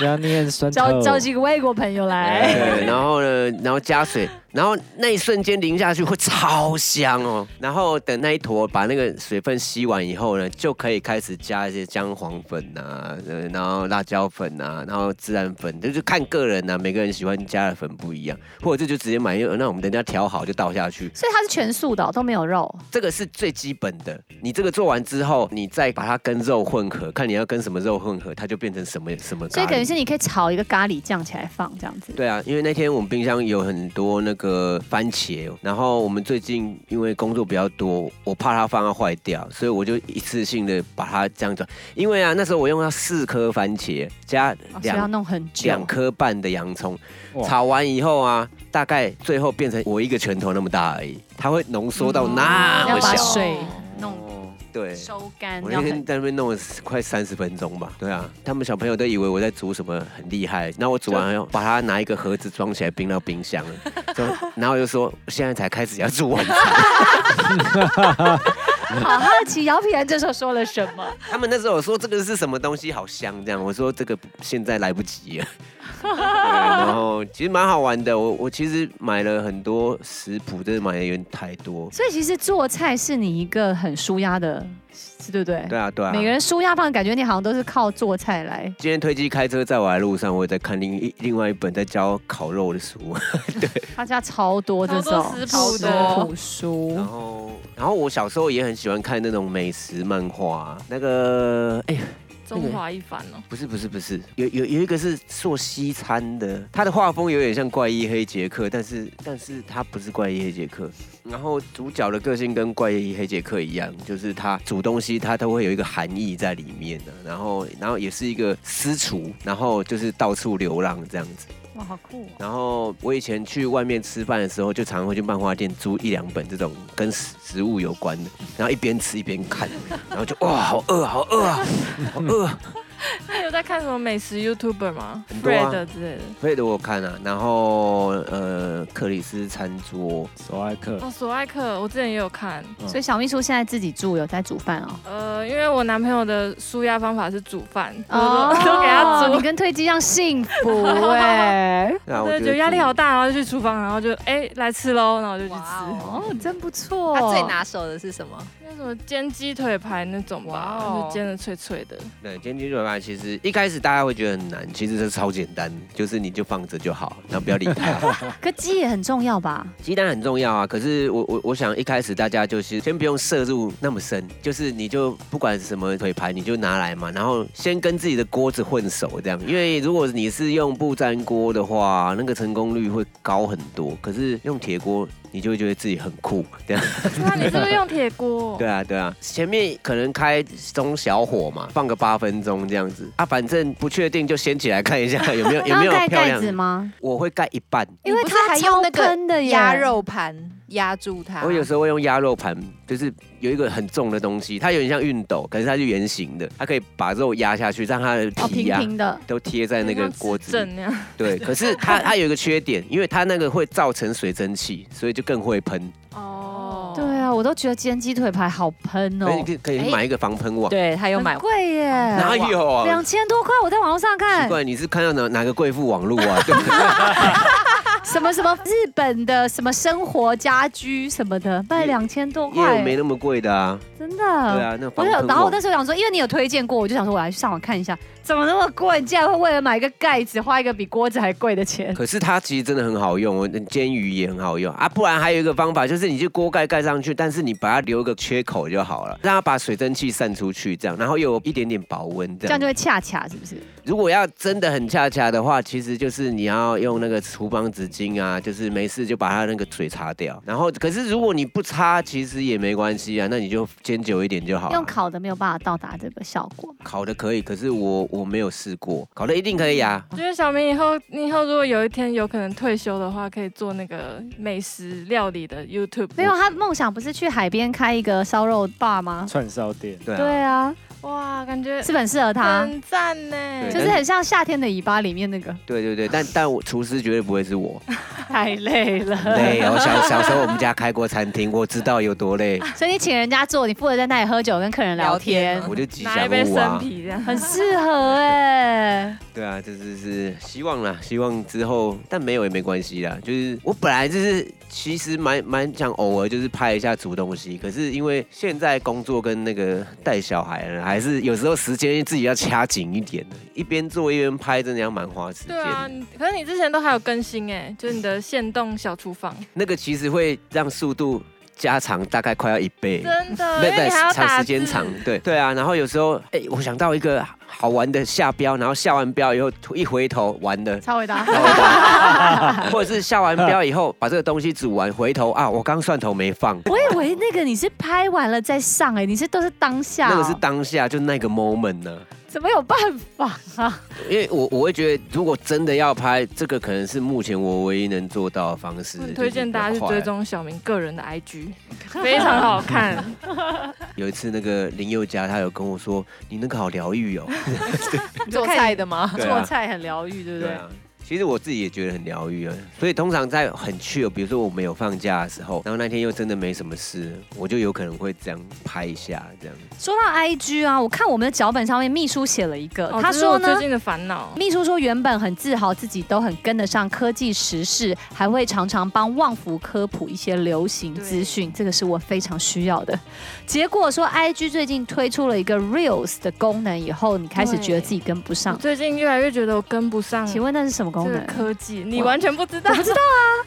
Speaker 3: 江你很酸
Speaker 4: 找
Speaker 3: 透，
Speaker 4: 找几个外国朋友来。
Speaker 1: 对，然后呢，然后加水，然后那一瞬间淋下去会超香哦。然后等那一坨把那个水分吸完以后呢，就可以开始加一些姜黄粉啊，呃然后辣椒粉啊，然后孜然粉，就是看个人啊，每个人喜欢加的粉不一样，或者这就直接买，因为那我们等一下调好就倒下去。
Speaker 4: 所以它是全素的哦、都没有肉。
Speaker 1: 这个是最基本的。你这个做完之后，你再把它跟肉混合，看你要跟什么肉混合，它就变成什么什么咖喱。
Speaker 4: 所以等于是你可以炒一个咖喱酱起来放这样子。
Speaker 1: 对啊，因为那天我们冰箱有很多那个番茄，然后我们最近因为工作比较多，我怕它放到坏掉，所以我就一次性的把它这样转。因为啊，那时候我用到四颗番茄加
Speaker 4: 哦所以要
Speaker 1: 两
Speaker 4: 弄很久。
Speaker 1: 两颗半的洋葱，
Speaker 3: 哇
Speaker 1: 炒完以后啊，大概最后变成我一个拳头那么大而已，它会浓缩到那
Speaker 4: 嗯要
Speaker 1: 么
Speaker 4: 把
Speaker 1: 小。
Speaker 4: 水弄
Speaker 1: 哦对。
Speaker 4: 收干
Speaker 1: 我
Speaker 4: 要
Speaker 1: 那
Speaker 4: 很
Speaker 1: 天在那边弄了快三十分钟吧，对啊，他们小朋友都以为我在煮什么很厉害，然后我煮完还要把它拿一个盒子装起来冰到冰 箱了，就然后我就说现在才开始要煮晚餐，
Speaker 4: 好好奇姚平安这时候说了什 么？
Speaker 1: 他们那时候有说这个是什么东西好香这样，我说这个现在来不及了， 对然后其实蛮好玩的，我我其实买了很多食谱，真的买的有点太多，
Speaker 4: 所以其实做菜是你一个很舒压的，是对不对？
Speaker 1: 对啊对啊，
Speaker 4: 每个人舒压方法，感觉你好像都是靠做菜来。
Speaker 1: 今天推机开车载我来路上，我也在看另一另外一本在教烤肉的书。
Speaker 4: 他家超多这
Speaker 6: 超
Speaker 4: 种
Speaker 6: 多食
Speaker 7: 谱
Speaker 4: 食
Speaker 7: 的
Speaker 4: 谱书
Speaker 1: 然，后，然后我小时候也很喜欢看那种美食漫画。啊那个，哎、
Speaker 6: 中华一番哦，
Speaker 1: 不是不是不是，有有有一个是做西餐的，他的画风有点像怪异黑杰克，但是但是他不是怪异黑杰克。然后主角的个性跟怪异黑杰克一样，就是他煮东西他都会有一个含义在里面的、然后然后也是一个私厨，然后就是到处流浪这样子。
Speaker 4: 哇，好酷、哦！
Speaker 1: 然后我以前去外面吃饭的时候，就常常会去漫画店租一两本这种跟食食物有关的，然后一边吃一边 看，然后就哇，好饿，好饿啊，好饿、啊。
Speaker 6: 那有在看什么美食 YouTuber 吗
Speaker 1: 很多啊
Speaker 6: ？Fred 之类的。
Speaker 1: 所以的我看啊，然后呃，克里斯餐桌，
Speaker 3: 索爱克
Speaker 6: 哦，索爱克，我之前也有看。
Speaker 1: 嗯
Speaker 4: 所以小秘书现在自己住，有在煮饭哦。
Speaker 6: 呃，因为我男朋友的舒压方法是煮饭，
Speaker 4: 哦
Speaker 6: 我 都都给他
Speaker 4: 你
Speaker 6: 煮，
Speaker 4: 跟推机一样幸福哎、
Speaker 1: 对啊，
Speaker 6: 对，
Speaker 1: 觉
Speaker 6: 就
Speaker 1: 得
Speaker 6: 压力
Speaker 1: 自己
Speaker 6: 好大，然后就去厨房，然后就哎来吃喽，然后就去
Speaker 7: 哇
Speaker 6: 吃。
Speaker 7: 哦，
Speaker 4: 哦，真不错。
Speaker 7: 他最拿手的是什么？
Speaker 6: 那什么煎鸡腿排那种吧，
Speaker 7: 哇哦
Speaker 6: 就煎的脆脆 的。
Speaker 1: 对，煎鸡腿饭其实一开始大家会觉得很难，其实这超简单，就是你就放着就好，然后不要理 它。
Speaker 4: 可鸡也很重要吧？
Speaker 1: 鸡蛋很重要啊，可是我我我想一开始大家就是先不用摄入那么深，就是你就不管什么腿排你就拿来嘛，然后先跟自己的锅子混熟这样，因为如果你是用不粘锅的话，那个成功率会高很多，可是用铁锅你就会觉得自己很酷，这 样
Speaker 6: 对啊，你是不是用铁锅？
Speaker 1: 对啊对啊，前面可能开中小火嘛，放个八分钟这样子啊，反正不确定就掀起来看一下有没有有没
Speaker 4: 那
Speaker 1: 有
Speaker 4: 要盖
Speaker 1: 漂
Speaker 4: 盖
Speaker 1: 亮
Speaker 4: 子，吗？
Speaker 1: 我会盖一半。
Speaker 4: 因为
Speaker 7: 你不是
Speaker 4: 他
Speaker 7: 还用那
Speaker 4: 超
Speaker 7: 个
Speaker 4: 喷的耶
Speaker 7: 鸭肉盘压住它。
Speaker 4: 啊
Speaker 1: 我有时候会用鸭肉盘，就是有一个很重的东西，它有点像熨斗，可是它是圆形的，它可以把肉压下去，让它的
Speaker 4: 哦，
Speaker 1: 皮
Speaker 4: 平
Speaker 1: 呀、
Speaker 4: 平的。
Speaker 1: 都贴在那个
Speaker 6: 像
Speaker 1: 锅
Speaker 6: 指
Speaker 1: 子里。
Speaker 6: 正那样。
Speaker 1: 对，可是它它有一个缺点，因为它那个会造成水蒸气，所以就更会喷。
Speaker 6: 哦，
Speaker 4: 对啊，我都觉得煎鸡腿排好喷哦
Speaker 1: 所，以你可以可以买一个防喷网。
Speaker 7: 对他有买
Speaker 4: 很，贵耶，
Speaker 1: 哪有啊
Speaker 4: 两？千多块，我在网络上
Speaker 1: 奇
Speaker 4: 看
Speaker 1: 怪，你是看到哪哪个贵妇网路啊？ 对，
Speaker 4: 什么什么日本的什么生活家居什么的，卖
Speaker 1: 也
Speaker 4: 两千多
Speaker 1: 也有没
Speaker 4: 块，
Speaker 1: 那么贵的啊。
Speaker 4: 真
Speaker 1: 对
Speaker 4: 的。
Speaker 1: 啊，那
Speaker 4: 我
Speaker 1: 防
Speaker 4: 有，
Speaker 1: 喷
Speaker 4: 然后
Speaker 1: 网
Speaker 4: 我那。时候想说，因为你有推荐过，我就想说我来上网看一下，怎么那么贵？你竟然会为了买一个盖子花一个比锅子还贵的 钱？
Speaker 1: 可是它其实真的很好用，我呃煎鱼也很好用啊。不然还有一个方法，就是你就锅盖盖上去，但是你把它留个缺口就好了，让它把水蒸气散出去，这样，然后又有一点点保温，这
Speaker 4: 这
Speaker 1: 样。
Speaker 4: 样就会恰恰是不是？
Speaker 1: 如果要真的很恰恰的话，其实就是你要用那个厨房纸巾啊，就是没事就把它那个水擦掉。然后，可是如果你不擦，其实也没关系啊，那你就煎久一点就好啊嗯了。
Speaker 4: 用烤的没有办法到达这个效果。
Speaker 1: 烤的可以，可是我我没有试过，烤的一定可以啊。
Speaker 6: 我觉得小明以后，你以后如果有一天有可能退休的话，可以做那个美食料理的 YouTube。
Speaker 4: 没有，他啊梦想不是去海边开一个烧肉 bar 吗？
Speaker 3: 串烧店，
Speaker 1: 对啊，
Speaker 4: 对啊，
Speaker 6: 哇，感觉
Speaker 4: 是不是很适合他，啊
Speaker 6: 很赞呢。
Speaker 1: 对
Speaker 4: 就是很像夏天的尾巴里面那个。
Speaker 1: 对对对，但但我厨师绝对不会是我。
Speaker 4: 太累了，
Speaker 1: 累，我小小时候我们家开过餐厅，我知道有多累，
Speaker 4: 所以你请人家做，你负责在那里喝酒跟客人聊天
Speaker 7: 聊天，
Speaker 1: 我就吉
Speaker 6: 拿一
Speaker 1: 祥
Speaker 6: 杯
Speaker 1: 物
Speaker 6: 生
Speaker 1: 啊。
Speaker 6: 啤这样。
Speaker 4: 很适合哎、
Speaker 1: 对啊，这就是希望啦，希望之后，但没有也没关系啦。就是我本来就是其实蛮蛮想偶尔就是拍一下煮东西，可是因为现在工作跟那个带小孩了，还是有时候时间自己要掐紧一点的，一边做一边拍，真的要蛮花时间
Speaker 6: 对啊，
Speaker 1: 的。
Speaker 6: 你可是你之前都还有更新哎，就是你的现动小厨房，
Speaker 1: 那个其实会让速度加长大概快要一倍。
Speaker 6: 真的，
Speaker 1: 对
Speaker 6: 呃因为
Speaker 1: 对
Speaker 6: 你还要，
Speaker 1: 长
Speaker 6: 打
Speaker 1: 时间
Speaker 6: 字
Speaker 1: 长，对对啊。然后有时候，哎、我想到一个好玩的下标，然后下完标以后一回头，完 了。
Speaker 4: 超伟大，
Speaker 1: 或者是下完标以后，把这个东西煮完，回头啊，我刚蒜头没放，
Speaker 4: 我以为那个你是拍完了再上哎、你是都是当下哦、
Speaker 1: 那个是当下就那个 moment 呢、
Speaker 4: 怎么有办法啊？
Speaker 1: 因为我我会觉得，如果真的要拍，这个可能是目前我唯一能做到的方式。
Speaker 6: 推荐大家
Speaker 1: 就是比
Speaker 6: 去
Speaker 1: 较快
Speaker 6: 追。踪小明个人 的 IG，非常好看。哦
Speaker 1: 有一次那个林宥嘉他有跟我说：“你那个好疗愈哦。
Speaker 7: 做菜的吗？
Speaker 1: 对
Speaker 4: 做
Speaker 1: 啊
Speaker 4: 菜很疗愈，对”
Speaker 1: 对
Speaker 4: 不对？
Speaker 1: 啊。其实我自己也觉得很疗愈啊，所以通常在很 chill，比如说我没有放假的时候，然后那天又真的没什么事，我就有可能会这样拍一下这样。
Speaker 4: 说到 IG 啊，我看我们的脚本上面秘书写了一个，
Speaker 6: 哦
Speaker 4: 他
Speaker 6: 这是我
Speaker 4: 说呢
Speaker 6: 最。近的烦恼，
Speaker 4: 秘书说，原本很自豪自己都很跟得上科技时事，还会常常帮旺福科普一些流行资讯，这个是我非常需要的。结果说，IG 最近推出了一个 Reels 的功能以后，你开始觉得自己跟不
Speaker 6: 我
Speaker 4: 上。
Speaker 6: 最近越来越觉得我跟不上
Speaker 4: 请
Speaker 6: 这
Speaker 4: 问那是什么功
Speaker 6: 个
Speaker 4: 能？
Speaker 6: 科技，你
Speaker 1: 哇
Speaker 6: 完全不知道。
Speaker 4: 我不知道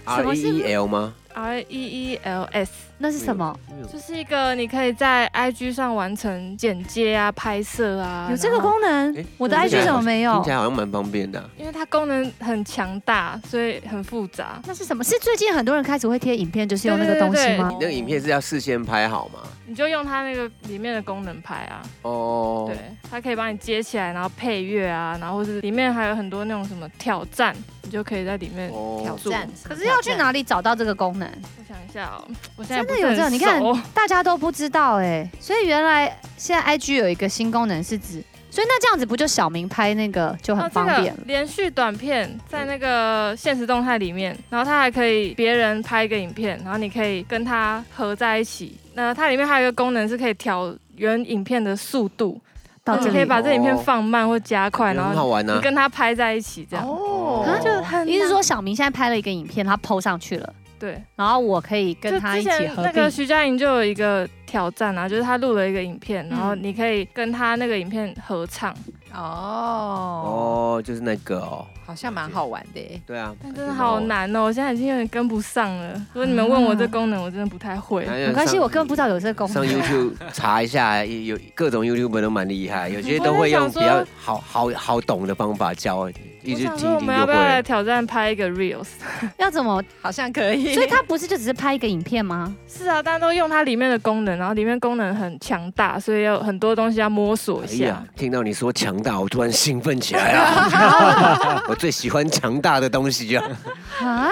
Speaker 1: R E E L 吗？
Speaker 6: R E E L S
Speaker 4: 那是什么？
Speaker 6: 就是一个你可以在 IG 上完成剪接啊、拍摄啊，
Speaker 4: 有这个
Speaker 6: 然后
Speaker 4: 功能
Speaker 1: 诶？
Speaker 4: 我的
Speaker 1: 听起
Speaker 4: IG
Speaker 1: 来
Speaker 4: 怎么没有
Speaker 1: 听起？来好像蛮方便的啊、
Speaker 6: 因为它功能很强大，所以很复杂。
Speaker 4: 那是什么？是最近很多人开始会贴影片，就是用那个东西吗
Speaker 1: 你？那个影片是要事先拍好吗？
Speaker 6: 你就用它那个里面的功能拍啊，
Speaker 1: 哦，
Speaker 6: 对，它可以帮你接起来，然后配乐啊，然后或是里面还有很多那种什么挑战，你就可以在里面。
Speaker 7: 挑
Speaker 1: 哦，
Speaker 7: 战，
Speaker 4: 可是要去哪里找到这个功能？
Speaker 6: 我想一下哦，我现在
Speaker 4: 真的
Speaker 6: 不是
Speaker 4: 有
Speaker 6: 很
Speaker 4: 这种？你看
Speaker 6: 熟
Speaker 4: 大家都不知道哎、所以原来现在 IG 有一个新功能是指，所以那这样子不就小明拍那个就很
Speaker 6: 哦，这
Speaker 4: 方便
Speaker 6: 个
Speaker 4: 了？
Speaker 6: 连续短片在那个现实动态里面，然后它还可以别人拍一个影片，然后你可以跟它合在一起。那它里面还有一个功能是可以调原影片的速度，
Speaker 4: 到
Speaker 6: 你
Speaker 4: 这
Speaker 6: 可以
Speaker 4: 里。
Speaker 6: 把哦这影片放慢或加快，
Speaker 1: 觉得
Speaker 6: 然
Speaker 1: 很好
Speaker 6: 后
Speaker 1: 玩
Speaker 6: 你
Speaker 1: 啊。
Speaker 6: 跟它拍在一起这样。
Speaker 1: 啊
Speaker 7: 哦，
Speaker 1: 就
Speaker 6: 很
Speaker 4: 意思是说小明现在拍了一个影片，他 PO 上去了，
Speaker 6: 对，
Speaker 4: 然后我可以跟
Speaker 6: 就
Speaker 4: 他
Speaker 6: 之
Speaker 4: 一起
Speaker 6: 前
Speaker 4: 合
Speaker 6: 那个
Speaker 4: 并。
Speaker 6: 徐佳莹就有一个挑战啊，就是她录了一个影片，然后
Speaker 4: 嗯
Speaker 6: 你可以跟她那个影片合唱，
Speaker 7: 哦，
Speaker 1: 哦，就是那个哦，
Speaker 7: 好像蛮好玩的耶。
Speaker 1: 对啊，
Speaker 6: 但真的好
Speaker 1: 难。
Speaker 6: 难哦，我现在已经有点跟不上了。如果你
Speaker 4: 啊
Speaker 6: 们问我这功能，我真的不太会。
Speaker 1: 没
Speaker 4: 没关系，我根本不知道有这个
Speaker 6: 哦
Speaker 4: 功
Speaker 1: 呃上
Speaker 4: 能。
Speaker 1: YouTube 查一下，有有各种 YouTube 都蛮厉 害，有些都会用比较好好好懂的方法教，一
Speaker 6: 我
Speaker 1: 直
Speaker 6: 想
Speaker 1: 听
Speaker 6: 说，
Speaker 1: 一
Speaker 6: 我
Speaker 1: 听
Speaker 6: 们
Speaker 1: 就
Speaker 6: 要不
Speaker 1: 会
Speaker 6: 要来
Speaker 1: 了。
Speaker 6: 挑战拍一个 reels？
Speaker 4: 要怎么？
Speaker 7: 好像可以。
Speaker 4: 所以他不是就只是拍一个影片吗？
Speaker 6: 是啊，大家都用它里面的功能，然后里面功能很强大，所以有很多东西要摸索
Speaker 1: 哎
Speaker 6: 一下
Speaker 1: 呀。，听到你说强大，我突然兴奋起来了。 我最喜欢强大的东西啊！
Speaker 4: 啊！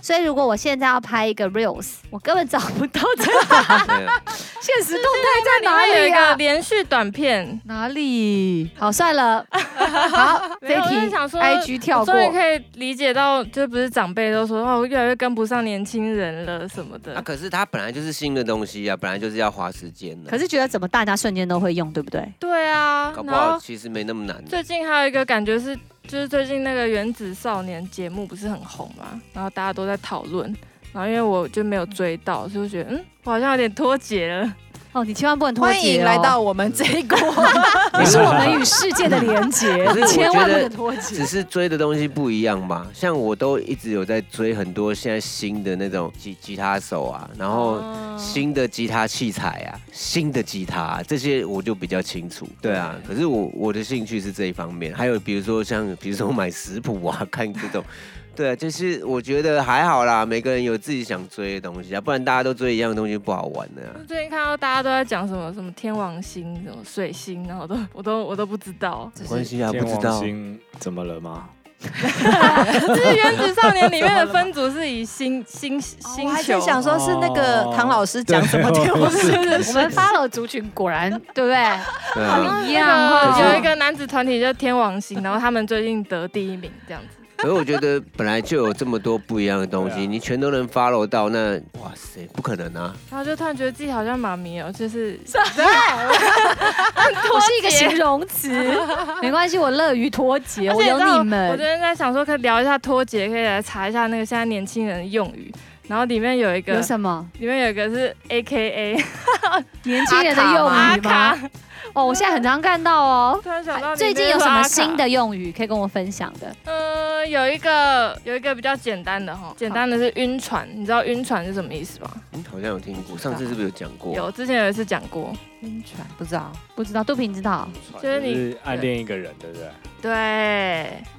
Speaker 4: 所以如果我现在要拍一个 reels，我根本找不到这 个
Speaker 1: 对啊
Speaker 4: 现实动态在
Speaker 6: 然
Speaker 4: 哪
Speaker 6: 后有一
Speaker 4: 里
Speaker 6: 个
Speaker 4: 啊？
Speaker 6: 连续短片，
Speaker 4: 哪里？好，算 了，好，
Speaker 6: 没
Speaker 4: 这
Speaker 6: 有
Speaker 4: 一
Speaker 6: 我
Speaker 4: 题
Speaker 6: 就想说
Speaker 4: IG 跳
Speaker 6: 我
Speaker 4: 过
Speaker 6: 终。于可以理解到，就不是长辈都说哦，我越来越跟不上年轻人了什么
Speaker 1: 啊，
Speaker 6: 的。
Speaker 1: 可是它本来就是新的东西啊，本来就是要花时间的。
Speaker 4: 可是觉得怎么大家瞬间都会用，对不对？
Speaker 6: 对啊
Speaker 1: 搞，不
Speaker 6: 然
Speaker 1: 好
Speaker 6: 后
Speaker 1: 其实没那么难。啊
Speaker 6: 最近还有一个感觉是，就是最近那个《原子少年》节目不是很红嘛，然后大家都在讨论，然后因为我就没有追到，所以我觉得嗯，我好像有点脱节了。
Speaker 4: 哦，你千万不能脱节、
Speaker 7: 欢迎来 到，我们这一 锅，
Speaker 4: 你是我们与世界的连接
Speaker 1: 可是，我
Speaker 4: 千万不
Speaker 1: 觉得
Speaker 4: 能脱
Speaker 1: 只
Speaker 4: 节。
Speaker 1: 是追的东西不一样吧，像我都一直有在追很多现在新的那种吉吉他手啊，然后
Speaker 6: 哦
Speaker 1: 新的吉他器材啊，新的吉他、啊、这些我就比较清楚。对啊，可是我我的兴趣是这一方面，还有比如说像比如说买食谱啊，看这种。 对啊，就是我觉得还好啦，每个人有自己想追的东西啊，不然大家都追一样的东西不好玩的、啊。
Speaker 6: 最近看到大家都在讲什么什么天王星、什么水星，然后都 我都我都不知道。
Speaker 1: 没关系啊，不
Speaker 3: 天
Speaker 1: 知
Speaker 3: 王
Speaker 1: 道。
Speaker 3: 星怎么了吗？
Speaker 6: 这是《原子少年》里面的分组是 以星星
Speaker 4: 哦
Speaker 7: 哦我
Speaker 6: 星
Speaker 7: 还
Speaker 6: 球
Speaker 7: 在，想说是那个
Speaker 1: 哦
Speaker 7: 唐老师讲什么天王星，
Speaker 4: 我们 follow 族群果然对不对？
Speaker 1: 对啊，
Speaker 4: 一样
Speaker 6: 那
Speaker 4: 哦
Speaker 6: 嗯个有一个男子团体叫天王星，然后他们最近得第一名这样子。
Speaker 1: 可是我觉得本来就有这么多不一样的东西，
Speaker 3: 对啊
Speaker 1: 你全都能 follow 到，那哇塞，不可能啊！
Speaker 6: 然后就突然觉得自己好像妈咪哦，就是
Speaker 4: 我是一个形容词，没关系，我乐于脱节，
Speaker 6: 而
Speaker 4: 我
Speaker 6: 且
Speaker 4: 有
Speaker 6: 知道
Speaker 4: 你
Speaker 6: 我昨
Speaker 4: 们。
Speaker 6: 天在想说，可以聊一下脱节，可以来查一下那个现在年轻人的用语。然后里面有一
Speaker 4: 有
Speaker 6: 个，
Speaker 4: 什么
Speaker 6: 里面有一个是 A K A
Speaker 1: 哦
Speaker 4: 年轻人的用
Speaker 6: 阿
Speaker 4: 语
Speaker 6: 卡
Speaker 4: 啊吗？。哦，我现在很常看到哦。
Speaker 6: 突然想到里面
Speaker 4: 最近有什
Speaker 6: 说阿
Speaker 4: 么
Speaker 6: 卡
Speaker 4: 新的？用语可以跟我分享的？
Speaker 6: 呃，有一个有一个比较简单的哈，简单的是晕船。你知道晕船是什么意思吗？
Speaker 1: 嗯好像有听过，上次是不是有讲过？
Speaker 6: 有，之前有一次讲过。
Speaker 7: 晕船不知道
Speaker 4: 不知道，杜平知
Speaker 1: 啊
Speaker 4: 道
Speaker 6: 就是你
Speaker 3: 就是暗恋一个人，对不对？
Speaker 6: 对，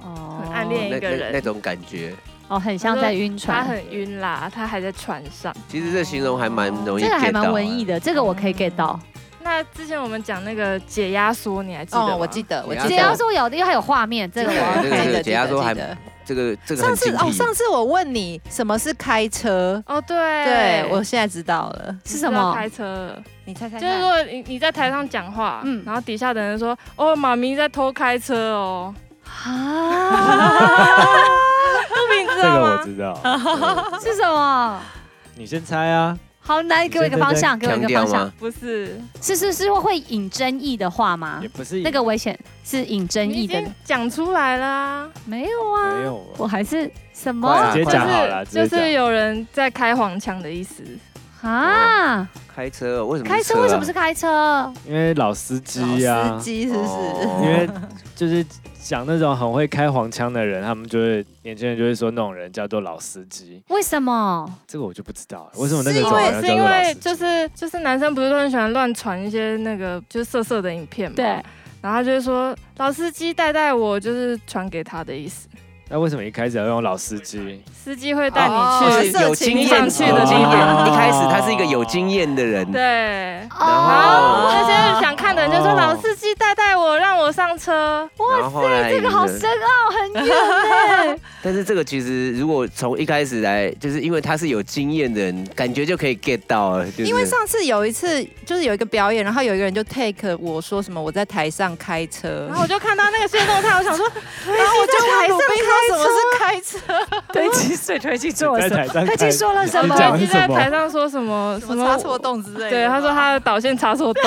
Speaker 4: 哦
Speaker 6: 暗恋
Speaker 1: 那
Speaker 6: 一个
Speaker 1: 那
Speaker 6: 人
Speaker 1: 那种感觉，
Speaker 4: 哦，很像在晕
Speaker 6: 他
Speaker 4: 船。
Speaker 6: 很晕啦，他还在船上。
Speaker 1: 其实这形容还蛮容易
Speaker 4: 这个还
Speaker 1: get 到啊哦
Speaker 4: 蛮
Speaker 1: 的
Speaker 4: 文艺的，这个我可以 get 到。
Speaker 6: 就那之前我们讲那个解压缩，你还记得吗？
Speaker 7: 哦，我记得，我
Speaker 1: 解
Speaker 7: 记
Speaker 4: 解
Speaker 1: 压
Speaker 4: 压
Speaker 7: 得。
Speaker 4: 缩有的，因为还有画面，这个我要
Speaker 1: 对这个
Speaker 7: 记
Speaker 1: 是
Speaker 7: 得
Speaker 1: 解压缩
Speaker 7: 记得
Speaker 1: 还
Speaker 7: 记得
Speaker 1: 这个这个
Speaker 7: 上
Speaker 1: 很
Speaker 7: 次
Speaker 1: 精
Speaker 7: 哦，
Speaker 1: 辟。
Speaker 7: 上次我问你什么是开车，
Speaker 6: 哦，对，
Speaker 7: 对我现在知道了。
Speaker 4: 是什
Speaker 6: 你知道
Speaker 4: 么？
Speaker 6: 开车了，
Speaker 7: 你猜猜
Speaker 6: 就是如果你你在台上讲话，
Speaker 4: 嗯
Speaker 6: 然后底下的人说，哦，妈咪在偷开车哦，
Speaker 4: 啊，
Speaker 6: 露比你知
Speaker 3: 这
Speaker 6: 道
Speaker 3: 个
Speaker 6: 吗？
Speaker 3: 我知道。对
Speaker 4: 是什么？
Speaker 3: 你先猜啊，
Speaker 4: 好难，给我一个方向，给我一
Speaker 1: 强
Speaker 4: 个
Speaker 1: 调啊
Speaker 4: 方向
Speaker 1: 吗。？
Speaker 6: 不是
Speaker 4: 是是是会引争议的话吗
Speaker 3: 也？不是
Speaker 4: 啊那个危险是引争
Speaker 6: 你
Speaker 4: 议
Speaker 6: 已
Speaker 4: 的
Speaker 6: 经，讲出来啦、
Speaker 4: 没有
Speaker 3: 没
Speaker 4: 啊，
Speaker 3: 有啊，
Speaker 4: 我还是什
Speaker 1: 快
Speaker 4: 么
Speaker 1: 啊
Speaker 3: 直接讲好了，
Speaker 6: 就
Speaker 3: 直接
Speaker 6: 是
Speaker 3: 讲
Speaker 6: 有人在开黄腔的意思。
Speaker 4: 啊？
Speaker 1: 开车哦为什么？啊
Speaker 4: 开车为什么是？开车？
Speaker 3: 因为老司机
Speaker 7: 老
Speaker 3: 啊
Speaker 7: 司，机是不是？
Speaker 1: 哦
Speaker 3: 因为就是讲那种很会开黄腔的人，他们就会年轻人就会说那种人叫做老司机，
Speaker 4: 为什么？
Speaker 3: 这个我就不知道了，为什么那
Speaker 6: 是
Speaker 3: 个
Speaker 6: 因
Speaker 3: 种人
Speaker 6: 为
Speaker 3: 要
Speaker 6: 是
Speaker 3: 叫
Speaker 6: 因
Speaker 3: 做老司
Speaker 6: 为
Speaker 3: 机
Speaker 6: 就是就是男生不是都很喜欢乱传一些那个就是色色的影片嘛？
Speaker 4: 对。
Speaker 6: 然后他就会说老司机带带我，就是传给他的意思。
Speaker 3: 那为什么一开始要用老司机？
Speaker 6: 司机会带
Speaker 7: 哦
Speaker 6: 你去，
Speaker 7: 色
Speaker 1: 有
Speaker 7: 情
Speaker 1: 经验
Speaker 6: 上去的
Speaker 1: 有经验
Speaker 3: 地点
Speaker 1: 哦一开
Speaker 4: 哦
Speaker 1: 始他是一个有经验的人，
Speaker 6: 对。然后
Speaker 1: 哦
Speaker 6: 那些想看的人就说
Speaker 3: 哦
Speaker 6: 老司机带带我，让我上车。
Speaker 1: 然后来
Speaker 4: 这个好深奥，很远呢。
Speaker 1: 但是这个其实如果从一开始来，就是因为他是有经验的人，感觉就可以 get 到了。就是、
Speaker 7: 因为上次有一次，就是有一个表演，然后有一个人就 take 我说什么我在台上开车，
Speaker 6: 然后我就看到那个线动态，我 想说，
Speaker 7: 然后我就问鲁冰说什么是开车，
Speaker 4: 对，其实推机做
Speaker 3: 在台上
Speaker 4: 推机
Speaker 3: 开
Speaker 4: 说了什
Speaker 3: 你
Speaker 4: 么？
Speaker 3: 讲
Speaker 6: 飞机
Speaker 3: 什
Speaker 6: 在
Speaker 3: 么
Speaker 6: 台上说什么
Speaker 7: 什么插错洞之类的。
Speaker 6: 对，他说他的导线插错洞，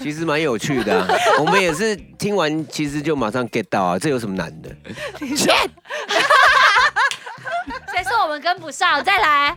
Speaker 1: 其实蛮有趣 的啊、我们也是听完，其实就马上 get 到啊，这有什么难的？
Speaker 4: 谁说我们跟不上？再来，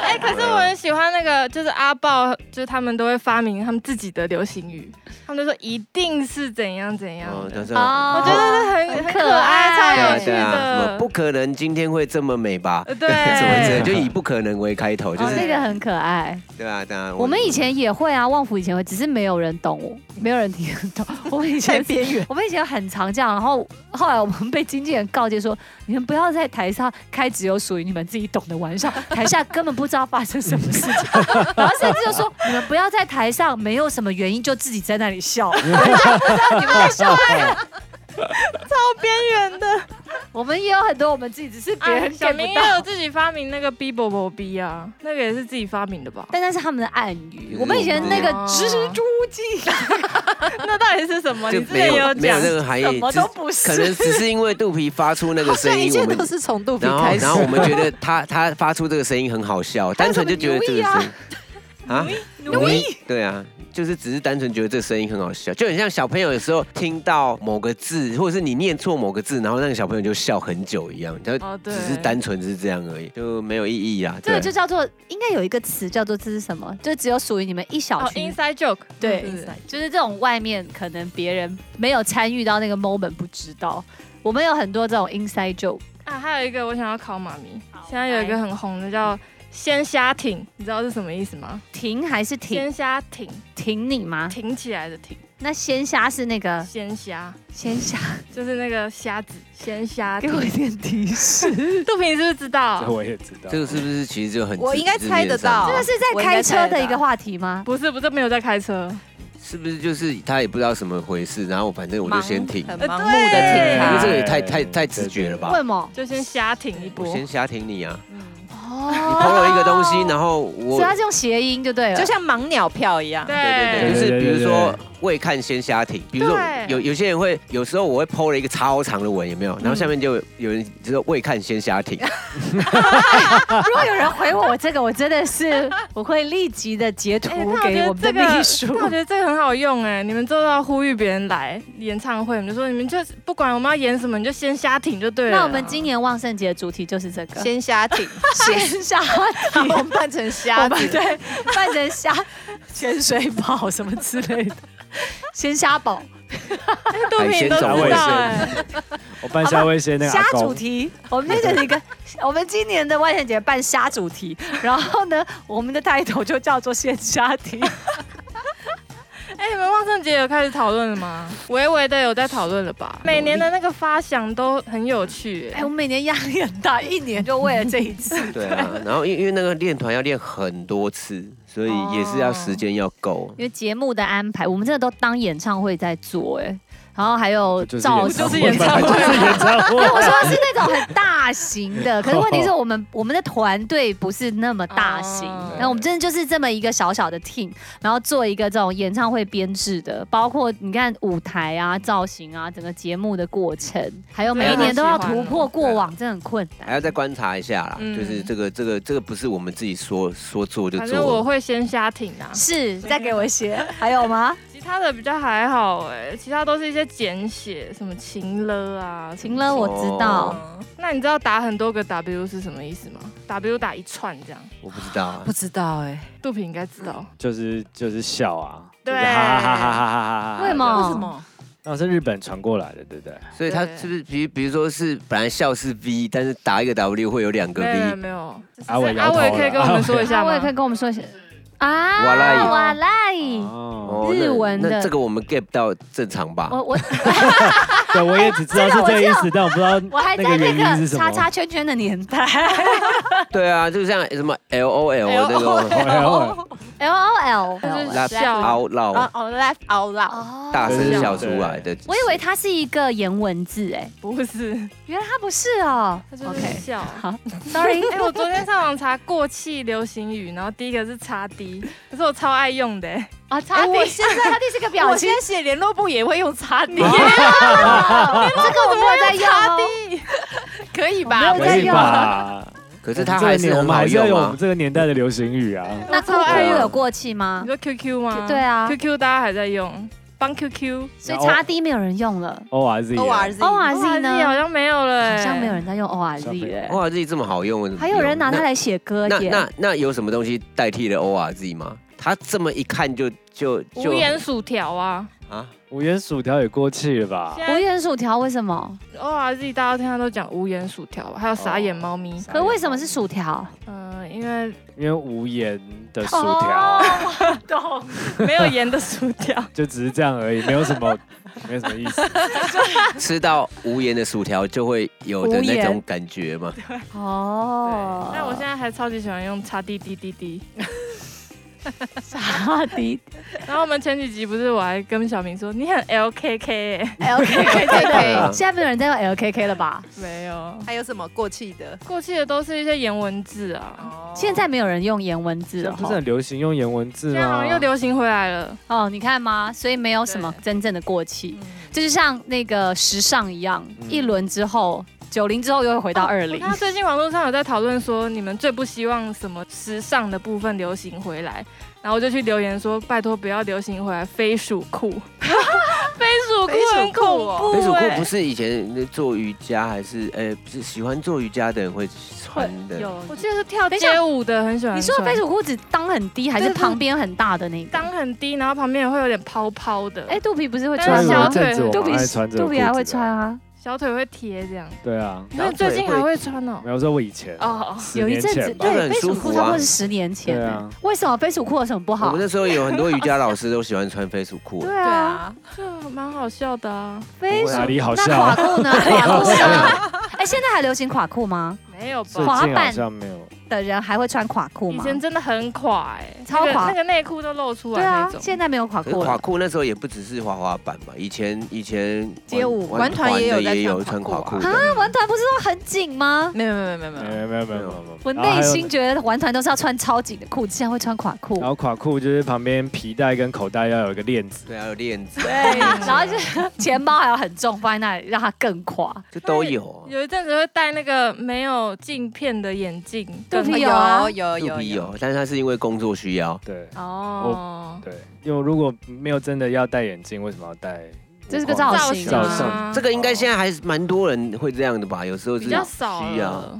Speaker 6: 哎、可是我很喜欢那个，就是阿豹，就是他们都会发明他们自己的流行语，他们就说一定是怎样怎样
Speaker 1: 哦，
Speaker 6: 的
Speaker 1: 但是
Speaker 4: 哦
Speaker 6: 我觉得这很
Speaker 4: 很
Speaker 6: 很
Speaker 4: 可
Speaker 6: 可爱，
Speaker 4: 爱
Speaker 6: 超有
Speaker 1: 对
Speaker 6: 趣
Speaker 1: 对啊，什么
Speaker 6: 的
Speaker 1: 不。可能今天会这么美吧？
Speaker 6: 呃对
Speaker 1: 什么之类的，就以不可能为开头，就
Speaker 4: 哦，
Speaker 1: 是、
Speaker 4: 这个很可爱。
Speaker 1: 对啊，对啊。
Speaker 4: 我们以前也会啊，旺福以前会，只是没有人懂我，没有人听得懂。我们以前
Speaker 7: 边缘。
Speaker 4: 我们以前很常这样，然后后来我们被经纪人告诫说，你们不要在台上开只有属于你们自己懂的玩笑，台下根本不知道发生什么事情。 然后甚至就说，你们不要在台上没有什么原因就自己在那里 笑，你们在笑什么？
Speaker 7: 超边缘的，哎
Speaker 4: 我们也有很多我们自己只是别
Speaker 6: 啊
Speaker 4: 人，
Speaker 6: 小
Speaker 4: get
Speaker 6: 明
Speaker 4: 不
Speaker 6: 也
Speaker 4: 到。
Speaker 6: 有自己发明那个 B b o b o B 啊，那个也是自己发明的吧？
Speaker 4: 但那是他们的暗语，
Speaker 1: 嗯
Speaker 4: 我们以前那个
Speaker 7: 啊
Speaker 6: 哦
Speaker 4: 蜘蛛记
Speaker 6: 那到底是什么？
Speaker 1: 就
Speaker 6: 你之
Speaker 1: 没
Speaker 6: 前也
Speaker 1: 有没有
Speaker 6: 讲，
Speaker 1: 任何含义，
Speaker 4: 什么
Speaker 1: 只
Speaker 4: 都不是
Speaker 1: 哎可能只是因为肚皮发出那个
Speaker 7: 好
Speaker 1: 声
Speaker 7: 像一
Speaker 1: 音，我
Speaker 7: 切
Speaker 1: 们
Speaker 7: 都是从肚皮
Speaker 1: 然后
Speaker 7: 开始。
Speaker 1: 然后我们觉得他他发出这个声音很好笑，单纯就觉得这个声音 啊，奴役，对啊，就是只是单纯觉得这声音很好笑，就很像小朋友有时候听到某个字，或者是你念错某个字，然后那个小朋友就笑很久一样，他
Speaker 6: 哦对
Speaker 1: 只是单纯是这样而已，就没有意义啊。
Speaker 4: 这
Speaker 1: 对
Speaker 4: 个就叫做，应该有一个词叫做这是什么？就只有属于你们一小
Speaker 6: 哦
Speaker 4: 群
Speaker 6: ，inside joke，
Speaker 4: 对
Speaker 6: 是不是，
Speaker 4: 就是这种外面可能别人没有参与到那个 moment 不知道。我们有很多这种 inside joke，哎
Speaker 6: 啊，还有一个我想要考妈咪，现在
Speaker 4: 来
Speaker 6: 有一个很红的叫先瞎挺，你知道是什么意思吗？
Speaker 4: 停还是停
Speaker 6: 先瞎挺，
Speaker 4: 停你吗？
Speaker 6: 挺起来的挺，
Speaker 4: 那鲜虾是那个
Speaker 6: 先瞎
Speaker 4: 鲜虾，
Speaker 6: 就是那个瞎子，先瞎
Speaker 4: 给
Speaker 6: 挺。
Speaker 4: 我一点提示。
Speaker 6: 杜平是不是知道
Speaker 3: 这？我也知道
Speaker 1: 这。个是不是其实就很
Speaker 7: 我应该猜得
Speaker 1: 字面
Speaker 4: 这
Speaker 7: 到
Speaker 4: 个
Speaker 1: 上
Speaker 4: 是在开车的一个话题吗？
Speaker 6: 不是，不是没有在开车，
Speaker 1: 是不是就是他也不知道什么回事，然后反正我就先停，
Speaker 7: 很
Speaker 1: 因
Speaker 7: 盲目的听
Speaker 1: 为这
Speaker 7: 他。
Speaker 1: 个也太太太直觉了
Speaker 4: 为
Speaker 1: 吧
Speaker 4: 什？么？
Speaker 6: 就先瞎挺一波
Speaker 1: 我。先瞎停你啊，
Speaker 7: 嗯
Speaker 4: 哦，
Speaker 1: 你投了一个东西，然后我
Speaker 6: 哦
Speaker 4: 所以它是用谐音就对了。啊
Speaker 7: 就像盲鸟票一样，
Speaker 1: 对，就
Speaker 6: 对
Speaker 3: 对
Speaker 1: 是
Speaker 3: 对
Speaker 1: 比如
Speaker 3: 对
Speaker 1: 说未看先瞎停，比如说
Speaker 6: 对
Speaker 1: 有有些人会，有时候我会剖了一个超长的文，有没有？然后下面就有有人就说未看先瞎停，
Speaker 4: 如果有人回我这个，我真的是我会立即的截图
Speaker 6: 哎，那我
Speaker 4: 给
Speaker 6: 觉
Speaker 4: 我
Speaker 6: 得
Speaker 4: 们
Speaker 6: 这
Speaker 4: 的
Speaker 6: 个，
Speaker 4: 秘书。
Speaker 6: 那我觉得这个很好用哎，你们做到呼吁别人来演唱会，我们就说你们就不管我们要演什么，你就先瞎挺就对了。
Speaker 4: 那我们今年万圣节的主题就是这个，
Speaker 7: 先瞎挺，
Speaker 4: 先下
Speaker 7: 我们扮成
Speaker 4: 我
Speaker 7: 瞎
Speaker 4: 们
Speaker 7: 子，
Speaker 4: 对 扮成虾、潜水宝什么之类的， 鲜虾宝、
Speaker 6: 杜 平都
Speaker 1: 海
Speaker 3: 鲜
Speaker 6: 知道
Speaker 3: 早
Speaker 6: 哎，
Speaker 3: 我扮夏威胁那个
Speaker 4: 虾
Speaker 3: 阿
Speaker 4: 主
Speaker 3: 公，
Speaker 4: 题。我们变成一 个，我们今年的万圣节办虾主题，然后呢，我们的抬头就叫做鲜虾题。
Speaker 6: 哎，哎，你们万圣节有开始讨论了吗？微微的有在讨论了吧？每年的那个发想都很有趣、
Speaker 4: 哎，我每年压力很大，一年就为了这一次。
Speaker 1: 对啊，然后因因为那个练团要练很多次，所以
Speaker 6: 哦
Speaker 1: 也是要时间要够。
Speaker 4: 因为节目的安排，我们真的都当演唱会在做哎、然后还有
Speaker 3: 就是
Speaker 4: 造型，
Speaker 6: 就是演唱会
Speaker 3: 就是演唱
Speaker 4: 没 有，我
Speaker 3: 会。
Speaker 4: 说的是那种很大型 的，可是问题是我们我们的团队不是那么大型
Speaker 6: 哦，
Speaker 4: 那、我们真的就是这么一个小小的 team，然后做一个这种演唱会编制的，包括你看舞台啊、造型啊、整个节目的过程，还有每一年都要突破过往，真的很困
Speaker 1: 还
Speaker 6: 哎
Speaker 4: 难。
Speaker 1: 要再观察一下啦，
Speaker 6: 嗯
Speaker 1: 就是这个这个这个不是我们自己说说做就
Speaker 6: 反正我
Speaker 1: 做，
Speaker 6: 会先瞎挺啊，
Speaker 4: 是，再给我一些，还有吗？
Speaker 6: 其他的比较还好哎、其他都是一些简写，什么情了啊，
Speaker 4: 晴了，我知道。
Speaker 6: 哦
Speaker 7: 嗯
Speaker 6: 那你知道打很多个 W 是什么意思吗？W 打一串这样，
Speaker 1: 我 不知道啊
Speaker 7: 不。知道哎、
Speaker 6: 杜平应该知道。
Speaker 3: 就是就是笑啊，
Speaker 6: 对
Speaker 3: 就是哈哈哈哈哈哈
Speaker 6: 啊
Speaker 3: 哈。
Speaker 4: 为什么哦
Speaker 7: 嗯为什么？
Speaker 3: 那是日本传过来的，对不对？
Speaker 1: 所以他
Speaker 6: 对
Speaker 1: 是不是比比如说是本来笑是 V，但是打一个 W 会有两个
Speaker 6: 没有
Speaker 1: V，
Speaker 6: 没有，
Speaker 3: 阿伟
Speaker 6: 阿
Speaker 3: 摇头
Speaker 6: 伟可以跟我们说一下
Speaker 4: 那我
Speaker 6: 吗
Speaker 4: 也？可以跟我们说一下啊，
Speaker 1: 瓦赖
Speaker 4: 瓦赖，
Speaker 3: 哦，
Speaker 1: 那
Speaker 4: 日文的哦
Speaker 1: 那这个我们 get 不到正常吧？
Speaker 4: 我我
Speaker 3: 对，我也只知道是这个意思，但我不知道
Speaker 4: 我还在
Speaker 3: 那个
Speaker 4: 那
Speaker 3: 原因
Speaker 4: 个
Speaker 3: 是什
Speaker 4: 叉
Speaker 3: 么。
Speaker 4: 叉圈圈的年代
Speaker 1: 对啊，就像什么 L O L 那个
Speaker 4: ，L O L，
Speaker 6: 就是
Speaker 1: 拉
Speaker 6: 笑
Speaker 1: 凹绕
Speaker 7: 哦哦，laugh out loud，
Speaker 4: 哦
Speaker 1: 大声笑出来的，
Speaker 4: 我以为它是一个颜文字，哎，
Speaker 6: 不是，
Speaker 4: 原来它不是哦。
Speaker 6: 他就是笑。
Speaker 4: Sorry，
Speaker 6: 哎、我昨天上网查过气流行语，然后第一个是叉 D，可是我超爱用的、欸。
Speaker 4: 啊，擦
Speaker 7: 我
Speaker 4: 地，
Speaker 7: 现在
Speaker 4: 擦地是个表
Speaker 7: 我
Speaker 4: 情
Speaker 7: 现，在写联络簿也会用擦地，
Speaker 4: 啊这个我没有在用哦。
Speaker 7: 可以
Speaker 4: 我
Speaker 7: 吧？
Speaker 4: 没有
Speaker 3: 可
Speaker 4: 在
Speaker 3: 以
Speaker 4: 用啊
Speaker 3: 吧？
Speaker 1: 可是它还是
Speaker 3: 我
Speaker 1: 很
Speaker 3: 们
Speaker 1: 好
Speaker 3: 还是要
Speaker 1: 用
Speaker 3: 有我们
Speaker 1: 啊。
Speaker 3: 这个年代的流行 语啊。
Speaker 4: 那酷
Speaker 6: 我超爱
Speaker 4: 酷
Speaker 6: 用
Speaker 4: 有过气吗
Speaker 6: 你？说 QQ 吗？
Speaker 4: 嗯对啊
Speaker 6: ，QQ 大家还在用，帮 QQ。
Speaker 4: 所以擦地没有人用了
Speaker 1: 哦
Speaker 3: O R Z
Speaker 7: O R Z
Speaker 4: ，O R Z
Speaker 6: 哇
Speaker 4: 呢？
Speaker 6: 好像没有了、欸，
Speaker 4: 好像没有人在用 O R Z 了。
Speaker 1: O R Z 这么好用，
Speaker 4: 还有人拿它来写歌
Speaker 1: 哦那
Speaker 4: 耶。
Speaker 1: 那那有什么东西代替了 O R Z 吗？它这么一看就就
Speaker 6: 无
Speaker 1: 就
Speaker 6: 盐薯条啊。
Speaker 1: 啊，
Speaker 3: 五元薯条也过气了吧？
Speaker 6: 现
Speaker 4: 无
Speaker 6: 在
Speaker 4: 缘薯条为什么？
Speaker 6: O R Z 大家听到都讲无盐薯条吧，还有傻眼猫咪。
Speaker 4: 嗯可为什么是薯条？
Speaker 6: 嗯、因 为
Speaker 3: 因为无盐的薯条，
Speaker 4: 哦
Speaker 6: 懂没有盐的薯 条。
Speaker 3: 就只是这样而已，没有什 么，没有什么意思。啊
Speaker 1: 吃到无盐的薯条就会有的那种感觉嘛。
Speaker 4: 哦，
Speaker 6: 但我现在还超级喜欢用叉滴滴滴滴。
Speaker 4: 擦地
Speaker 6: 然后我们前几集不是我还跟小明说你很 L K K，、欸、
Speaker 4: L K K
Speaker 1: 对啊
Speaker 4: 现在没有人在用 L K K 了吧？
Speaker 6: 没有，
Speaker 7: 还有什么过气的？哦
Speaker 6: 过去的都是一些颜文字啊。
Speaker 4: 现在没有人用颜文字了
Speaker 3: 不
Speaker 4: 吼
Speaker 3: 是很流行用颜文字啊
Speaker 6: 现在好
Speaker 3: 吗
Speaker 6: 像？又流行回来了，
Speaker 4: 哦，你看吗？所以没有什么真正的过气，
Speaker 6: 嗯
Speaker 4: 就是像那个时尚一样，
Speaker 3: 嗯
Speaker 4: 一轮之后，九零之后又会哦回到二零、
Speaker 6: 哦那最近网络上有在讨论说，你们最不希望什么时尚的部分流行回来，然后我就去留言说，拜托不要流行回来飞鼠 裤，飞鼠裤很恐
Speaker 4: 哦
Speaker 6: 怖、欸，
Speaker 1: 飞鼠裤不是以前做瑜伽还是呃，不是喜欢做瑜伽的人会穿的。
Speaker 4: 有
Speaker 6: 我记得是跳
Speaker 4: 哦等一下
Speaker 6: 街舞的很喜欢穿。
Speaker 4: 你说的飞鼠裤子裆很低，还是
Speaker 6: 对对
Speaker 4: 旁边很大的那个？
Speaker 6: 裆很低，然后旁边也会有点泡泡的，
Speaker 4: 哎、肚皮不是会
Speaker 6: 但
Speaker 4: 穿
Speaker 6: 是
Speaker 4: 吗
Speaker 6: 小？腿
Speaker 3: 肚
Speaker 4: 肚
Speaker 3: 皮
Speaker 4: 皮
Speaker 3: 穿这个
Speaker 4: 肚皮还会穿
Speaker 3: 裤
Speaker 4: 啊，
Speaker 6: 小腿会贴这样。
Speaker 3: 子的，对啊，
Speaker 6: 你们最近还会穿哦、
Speaker 3: 没有说我以前
Speaker 6: 哦
Speaker 3: 十
Speaker 4: 有一
Speaker 3: 年
Speaker 4: 阵子
Speaker 3: 前吧
Speaker 1: 那个
Speaker 4: 对
Speaker 1: 很
Speaker 4: 飞鼠
Speaker 1: 舒服
Speaker 4: 裤
Speaker 1: 啊
Speaker 4: 差不多是十年前、
Speaker 3: 对啊
Speaker 4: 为什么飞鼠裤有什么不
Speaker 1: 我
Speaker 4: 好
Speaker 1: 们？那时候有很多瑜伽老师都喜欢穿飞鼠裤，
Speaker 6: 对
Speaker 7: 对
Speaker 6: 啊，
Speaker 7: 啊，
Speaker 6: 这蛮好笑的啊。
Speaker 4: 飞鼠
Speaker 3: 哪里好
Speaker 4: 那垮
Speaker 3: 笑？
Speaker 4: 裤呢？垮裤呢？哎、现在还流行垮裤吗？
Speaker 6: 没有
Speaker 3: 最
Speaker 6: 吧？
Speaker 3: 近
Speaker 4: 滑
Speaker 3: 好
Speaker 4: 板
Speaker 3: 像没有，
Speaker 4: 的人还会穿垮裤
Speaker 6: 以
Speaker 4: 吗？
Speaker 6: 前真的很垮哎、
Speaker 4: 超垮
Speaker 6: 那个那个内裤都露出来
Speaker 4: 对
Speaker 6: 那
Speaker 4: 啊，
Speaker 6: 种。
Speaker 4: 现在没有垮
Speaker 1: 可是
Speaker 4: 裤
Speaker 1: 垮
Speaker 4: 了。
Speaker 1: 裤那时候也不只是滑滑板嘛，以前以前
Speaker 7: 街舞
Speaker 1: 玩
Speaker 7: 玩团
Speaker 1: 玩
Speaker 7: 也有
Speaker 1: 的
Speaker 7: 在
Speaker 1: 也有穿
Speaker 7: 穿
Speaker 1: 垮
Speaker 7: 垮
Speaker 1: 裤
Speaker 7: 裤
Speaker 1: 的。
Speaker 4: 啊，玩团不是都很紧吗？
Speaker 7: 没有没有没有没有
Speaker 3: 没
Speaker 7: 没有，
Speaker 3: 有没有没有没有没有。
Speaker 4: 嗯我
Speaker 3: 然后还
Speaker 4: 内
Speaker 3: 有
Speaker 4: 心觉得玩团都是要穿超紧的裤，子，竟然会穿垮裤
Speaker 3: 然。后垮裤就是旁边皮带跟口袋要有一个链子，
Speaker 1: 对啊，有链子啊，
Speaker 4: 对，然后就是钱包还要很重，放在那里让它更垮。
Speaker 1: 就都有啊。
Speaker 6: 有一阵子会戴那个没有镜片的眼镜，
Speaker 4: 肚皮
Speaker 6: 跟
Speaker 4: 有啊
Speaker 7: 有有
Speaker 1: 肚
Speaker 7: 有
Speaker 1: 皮，有，但是他是因为工作需要。
Speaker 3: 对
Speaker 6: 哦，
Speaker 3: 对，因为如果没有真的要戴眼镜，为什么要戴？哦
Speaker 4: 这是个造型
Speaker 3: 造
Speaker 6: 啊
Speaker 3: 型。
Speaker 1: 这个应该现在还是蛮多人会这样的吧？有时候是
Speaker 6: 比较少
Speaker 1: 需要。
Speaker 6: 了。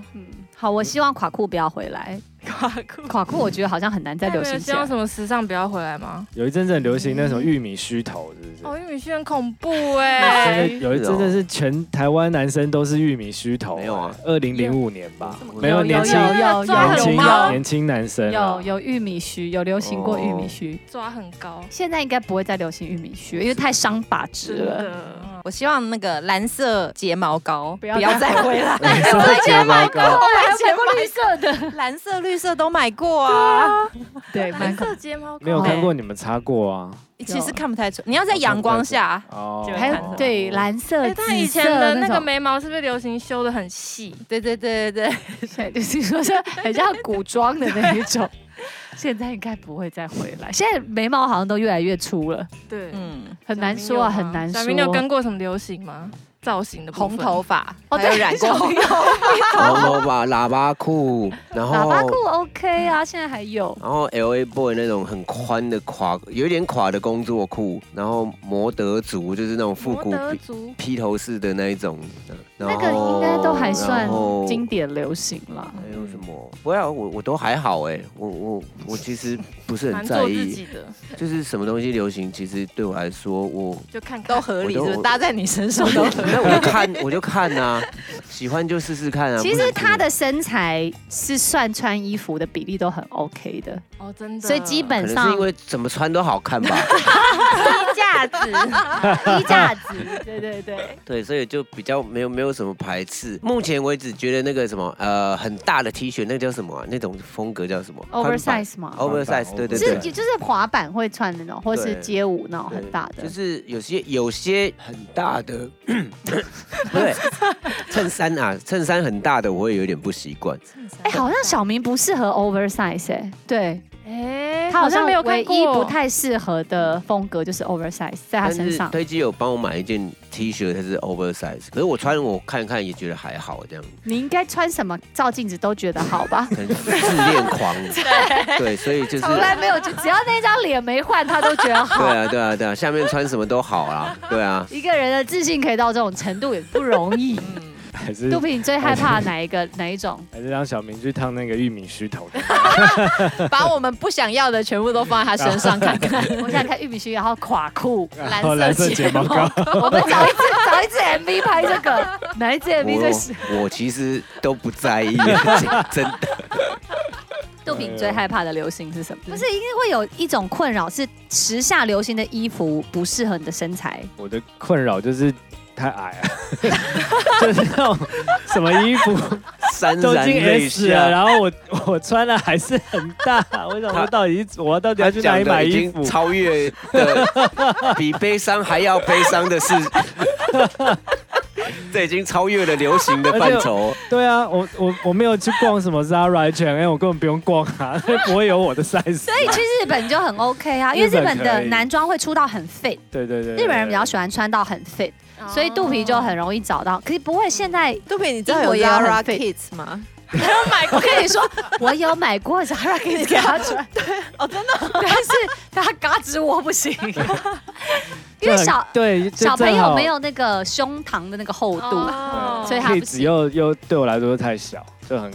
Speaker 4: 好，我希望垮裤不要回来。
Speaker 6: 垮裤。
Speaker 4: 垮裤我觉得好像很难再流
Speaker 6: 没有
Speaker 4: 行起
Speaker 6: 希
Speaker 4: 来
Speaker 6: 望。什么时尚不要回来吗？
Speaker 3: 有一阵子很流行那什么玉米须头，是不是？
Speaker 6: 哦，
Speaker 4: 嗯
Speaker 6: 玉米须很恐怖
Speaker 3: 真
Speaker 6: 哎、
Speaker 3: 的有一阵子是全台湾男生都是玉米须头，
Speaker 1: 没有啊
Speaker 3: 二零零五年吧，
Speaker 1: 有
Speaker 3: 没有年轻
Speaker 4: 有有
Speaker 6: 抓
Speaker 3: 年
Speaker 6: 很
Speaker 3: 轻
Speaker 6: 高，
Speaker 3: 年轻男生啊
Speaker 4: 有有玉米须，有流行过玉米须，
Speaker 6: 抓很高，
Speaker 4: 现在应该不会再流行玉米须，因为太伤发质
Speaker 6: 真
Speaker 4: 了。
Speaker 6: 的。
Speaker 7: 我希望那个蓝色睫毛膏不
Speaker 4: 要
Speaker 7: 要再回来，
Speaker 3: 色睫
Speaker 6: Oh
Speaker 3: 毛膏，
Speaker 4: 我还买过绿色的，
Speaker 7: 蓝色、绿色都买过啊。
Speaker 4: 对，蛮
Speaker 6: 蓝色睫毛膏
Speaker 3: 没有看过你们擦过啊？
Speaker 7: 其实看不太出，你要在阳光下，
Speaker 3: 哦
Speaker 7: 就
Speaker 4: 还有对蓝色、
Speaker 6: 哎、
Speaker 4: 紫
Speaker 6: 但以前
Speaker 4: 色
Speaker 6: 的那个
Speaker 4: 种，
Speaker 6: 眉毛是不是流行修的很细？
Speaker 7: 哦对对对对对，
Speaker 4: 对，就是说是很像古装的那一种。现在应该不会再回来，现在眉毛好像都越来越粗了，
Speaker 6: 对，
Speaker 7: 嗯，
Speaker 4: 很难说啊，
Speaker 6: 小明有
Speaker 4: 很
Speaker 6: 吗
Speaker 4: 难说。
Speaker 6: 小明，你有跟
Speaker 1: 哦
Speaker 6: 过什么流行吗？造型的部
Speaker 7: 红
Speaker 6: 分
Speaker 7: 头发，
Speaker 4: 哦
Speaker 7: 还有
Speaker 4: 对
Speaker 7: 染过
Speaker 4: 小
Speaker 7: 红
Speaker 4: 朋
Speaker 1: 然后
Speaker 7: 头发，
Speaker 1: 把喇叭裤，然后
Speaker 4: 喇叭裤 OK 啊，现在还有。
Speaker 1: 然后 L A boy 那种很宽的垮，有一点垮的工作裤，然后摩德族就是那种复古
Speaker 6: 摩德
Speaker 1: 披
Speaker 6: 族，
Speaker 1: 披头士的那一种，然
Speaker 4: 那
Speaker 1: 后
Speaker 4: 个应该都还算
Speaker 1: 然后
Speaker 4: 经典流行了。
Speaker 1: 还有什么？不要，我我都还好哎，我我我其实不是
Speaker 6: 蛮
Speaker 1: 很
Speaker 6: 做
Speaker 1: 在
Speaker 6: 自
Speaker 1: 意，
Speaker 6: 己的，
Speaker 1: 就是什么东西流行，其实对我来说， 我
Speaker 6: 就看看
Speaker 7: 都合理，是
Speaker 1: 我都
Speaker 7: 不是搭在你身上都合理？
Speaker 1: 那我就看我就看啊，喜欢就试试看啊。
Speaker 4: 其
Speaker 1: 不
Speaker 4: 实
Speaker 1: 是
Speaker 4: 他的身材是算穿衣服的比例都很 OK 的，
Speaker 6: 哦，真的。
Speaker 4: 所以基
Speaker 1: 可
Speaker 4: 本
Speaker 1: 能是
Speaker 4: 上
Speaker 1: 因为怎么穿都好看吧，
Speaker 4: 衣架子，衣架子，对对对，
Speaker 1: 对，所以就比较没有没有什么排斥。目前为止觉得那个什么呃很大的 T 恤，那个叫什么啊？那种风格叫什么
Speaker 4: oversize 嘛，
Speaker 1: 宽版 oversize，对哦对
Speaker 4: 是
Speaker 1: 对。
Speaker 4: 就是滑板会穿的那种，或是街舞那种很大的，
Speaker 1: 就是有些有些很大的，不对，衬衫啊，衬衫很大的我会有点不习惯。
Speaker 6: 啊
Speaker 4: 哎、好像小明不适合 oversize 哎、对
Speaker 6: 哎，
Speaker 4: 他好像
Speaker 6: 没有看
Speaker 4: 唯
Speaker 6: 过，
Speaker 4: 一不太适合的风格就是 oversize 在他
Speaker 1: 但
Speaker 4: 身
Speaker 1: 是
Speaker 4: 上。
Speaker 1: 推机有帮我买一件 T 恤，它是 oversize，可是我穿我看看也觉得还好这样。
Speaker 4: 你应该穿什么照镜子都觉得好吧？
Speaker 1: 很自恋 狂，对，所以就是
Speaker 4: 从来没有，就只要那张脸没换，他都觉得好
Speaker 1: 对。啊，对啊，对啊，下面穿什么都好啦，对啊，
Speaker 4: 一个人的自信可以到这种程度也不容易。
Speaker 3: 还是
Speaker 4: 杜平，你最害怕哪一个哪一种？
Speaker 3: 还是让小明去烫那个玉米须 头 的，
Speaker 7: 把我们不想要的全部都放在他身上 看看。
Speaker 4: 我想看玉米须，然后垮裤。
Speaker 3: 然后蓝色睫毛膏，
Speaker 4: 我们找一支找一支 MV 拍这个， 哪一支 MV 最适？
Speaker 1: 我我其实都不在意， 真的。
Speaker 4: 杜平最害怕的流行是什么？不是，因为会有一种困扰是时下流行的衣服不适合你的身材。
Speaker 3: 我的困扰就是 太矮了，就是那种什么衣服
Speaker 1: 潸
Speaker 3: 都已
Speaker 1: 然
Speaker 3: 经
Speaker 1: 泪
Speaker 3: S 了，
Speaker 1: 下。
Speaker 3: 然后我我穿了还是很大，我想
Speaker 1: 他
Speaker 3: 说到底我到底要去哪
Speaker 1: 讲
Speaker 3: 里买
Speaker 1: 的已
Speaker 3: 衣
Speaker 1: 经
Speaker 3: 服？
Speaker 1: 超越的，比悲伤还要悲伤的事，这已经超越了流行的范畴。
Speaker 3: 对啊，我我我没有去逛什么 Zara、H&M，我根本不用逛啊， 不会有我的 size。
Speaker 4: 所以去日本就很 OK 啊，因为日本的男装会出到很 fit，
Speaker 3: 对对对，对
Speaker 4: 日本人比较喜欢穿到很 fit，所以肚皮就
Speaker 6: 哦
Speaker 4: 很容易找到。可是不会，现在
Speaker 7: 杜比，你知道有
Speaker 4: 英国也有很
Speaker 7: Yara
Speaker 4: fit
Speaker 7: Kids 吗？
Speaker 4: 我跟你说，我有买过 Zara 给他穿， 对，哦， 真的，但是他嘎吱窝不 行，因为
Speaker 3: 就很
Speaker 4: 小
Speaker 3: 对就
Speaker 4: 小朋
Speaker 3: 正
Speaker 4: 友
Speaker 3: 好
Speaker 4: 没有那个胸膛的那个厚度啊、
Speaker 1: 嗯
Speaker 6: 哦
Speaker 4: 所以他不
Speaker 3: kids
Speaker 4: 行
Speaker 3: 又又对我来说太小，就很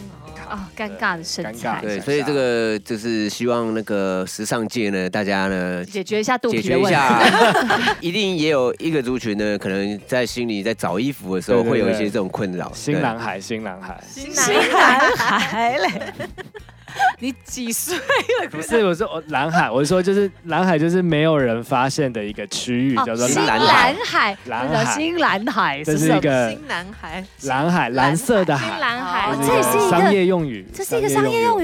Speaker 4: 啊尴尬的身
Speaker 3: 尴尬
Speaker 4: 材，
Speaker 1: 对，所以这个就是希望那个时尚界呢，大家呢
Speaker 4: 解决一下肚
Speaker 1: 解
Speaker 4: 皮的
Speaker 1: 决一
Speaker 4: 问题。
Speaker 1: 下，一定也有一个族群呢，可能在心里在找衣服的时候
Speaker 3: 对对
Speaker 1: 会有一
Speaker 3: 对
Speaker 1: 些这种困扰。
Speaker 3: 新
Speaker 1: 对
Speaker 3: 男孩，新男孩，
Speaker 4: 男孩嘞， 你几岁？
Speaker 3: 不是我说我蓝海，我说就是蓝海，就是没有人发现的一个区域，叫做
Speaker 4: 哦新
Speaker 3: 蓝
Speaker 1: 蓝
Speaker 3: 海
Speaker 1: 海，
Speaker 4: 海，
Speaker 3: 蓝
Speaker 4: 这叫
Speaker 3: 海
Speaker 4: 新蓝海
Speaker 3: 这
Speaker 4: 是
Speaker 3: 是
Speaker 4: 什
Speaker 3: 一
Speaker 4: 么？
Speaker 3: 个
Speaker 7: 新男孩，
Speaker 3: 蓝海，蓝色的海，
Speaker 6: 蓝海
Speaker 4: 哦，这
Speaker 3: 这
Speaker 4: 是一个
Speaker 3: 商业用语，
Speaker 4: 这是一个
Speaker 3: 商
Speaker 4: 商
Speaker 3: 业
Speaker 4: 业啊
Speaker 3: 用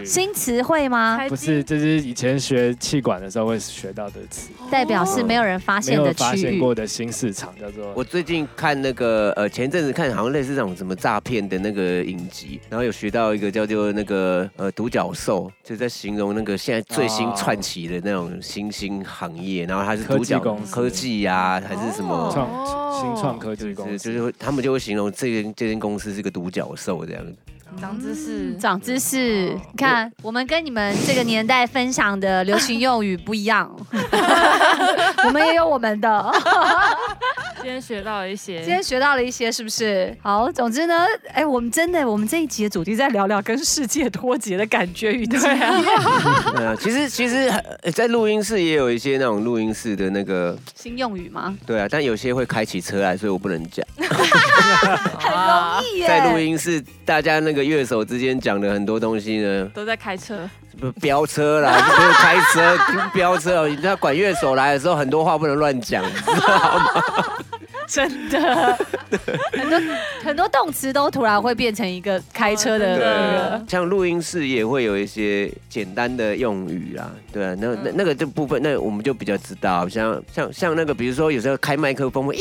Speaker 3: 语，
Speaker 4: 新词汇吗？
Speaker 6: 才
Speaker 3: 不
Speaker 6: 进
Speaker 3: 是，这是以前学气管的时候会学到的词，
Speaker 4: 代表是没有人发
Speaker 3: 没
Speaker 4: 现
Speaker 3: 有
Speaker 4: 的
Speaker 3: 发
Speaker 4: 区
Speaker 3: 现
Speaker 4: 域。
Speaker 3: 过的新市场，叫做
Speaker 1: 我最近看那个呃，前阵子看好像类似这种什么诈骗的那个影集，然后有学到一个叫做那个呃独角兽，就在形容那个现在最新
Speaker 3: 哦
Speaker 1: 串起的那种新兴行业，然后它是
Speaker 3: 科
Speaker 1: 独
Speaker 3: 技
Speaker 1: 角
Speaker 3: 公司
Speaker 1: 科技呀、还是什么。
Speaker 6: 哦
Speaker 3: 创新创科技公
Speaker 1: 就是
Speaker 3: 司，
Speaker 1: 就是会他们就会形容这间这间公司是个独角兽这样子，
Speaker 6: 长知识
Speaker 4: 嗯，长知识。你看，我们跟你们这个年代分享的 流行用语不一样，我们也有我们的。
Speaker 6: 今天学到了一些，
Speaker 4: 今天学到了一些，是不是？好，总之呢，哎，我们真的，我们这一集的主题在聊聊跟世界脱节的感觉与对啊，
Speaker 1: 对啊，其实其实呃在录音室也有一些那种录音室的那个，
Speaker 4: 新用语吗？
Speaker 1: 对啊，但有些会开起车来，所以我不能讲。
Speaker 4: 很
Speaker 7: 啊
Speaker 4: 容易耶，
Speaker 1: 啊在录音室，大家那个乐手之间讲的很多东西呢，
Speaker 6: 都在开车，
Speaker 1: 不飙车啦，不是开车，飙车。哦你知道管乐手来的时候，很多话不能乱讲，你知道吗？
Speaker 4: 真的，很多很多动词都突然会变成一个开车啊的
Speaker 6: 真
Speaker 4: 那
Speaker 6: 的
Speaker 4: 个。
Speaker 1: 像录音室也会有一些简单的用语啦，对啊，那那那个这部分，那我们就比较知道，像像像那个，比如说有时候开麦克风会咦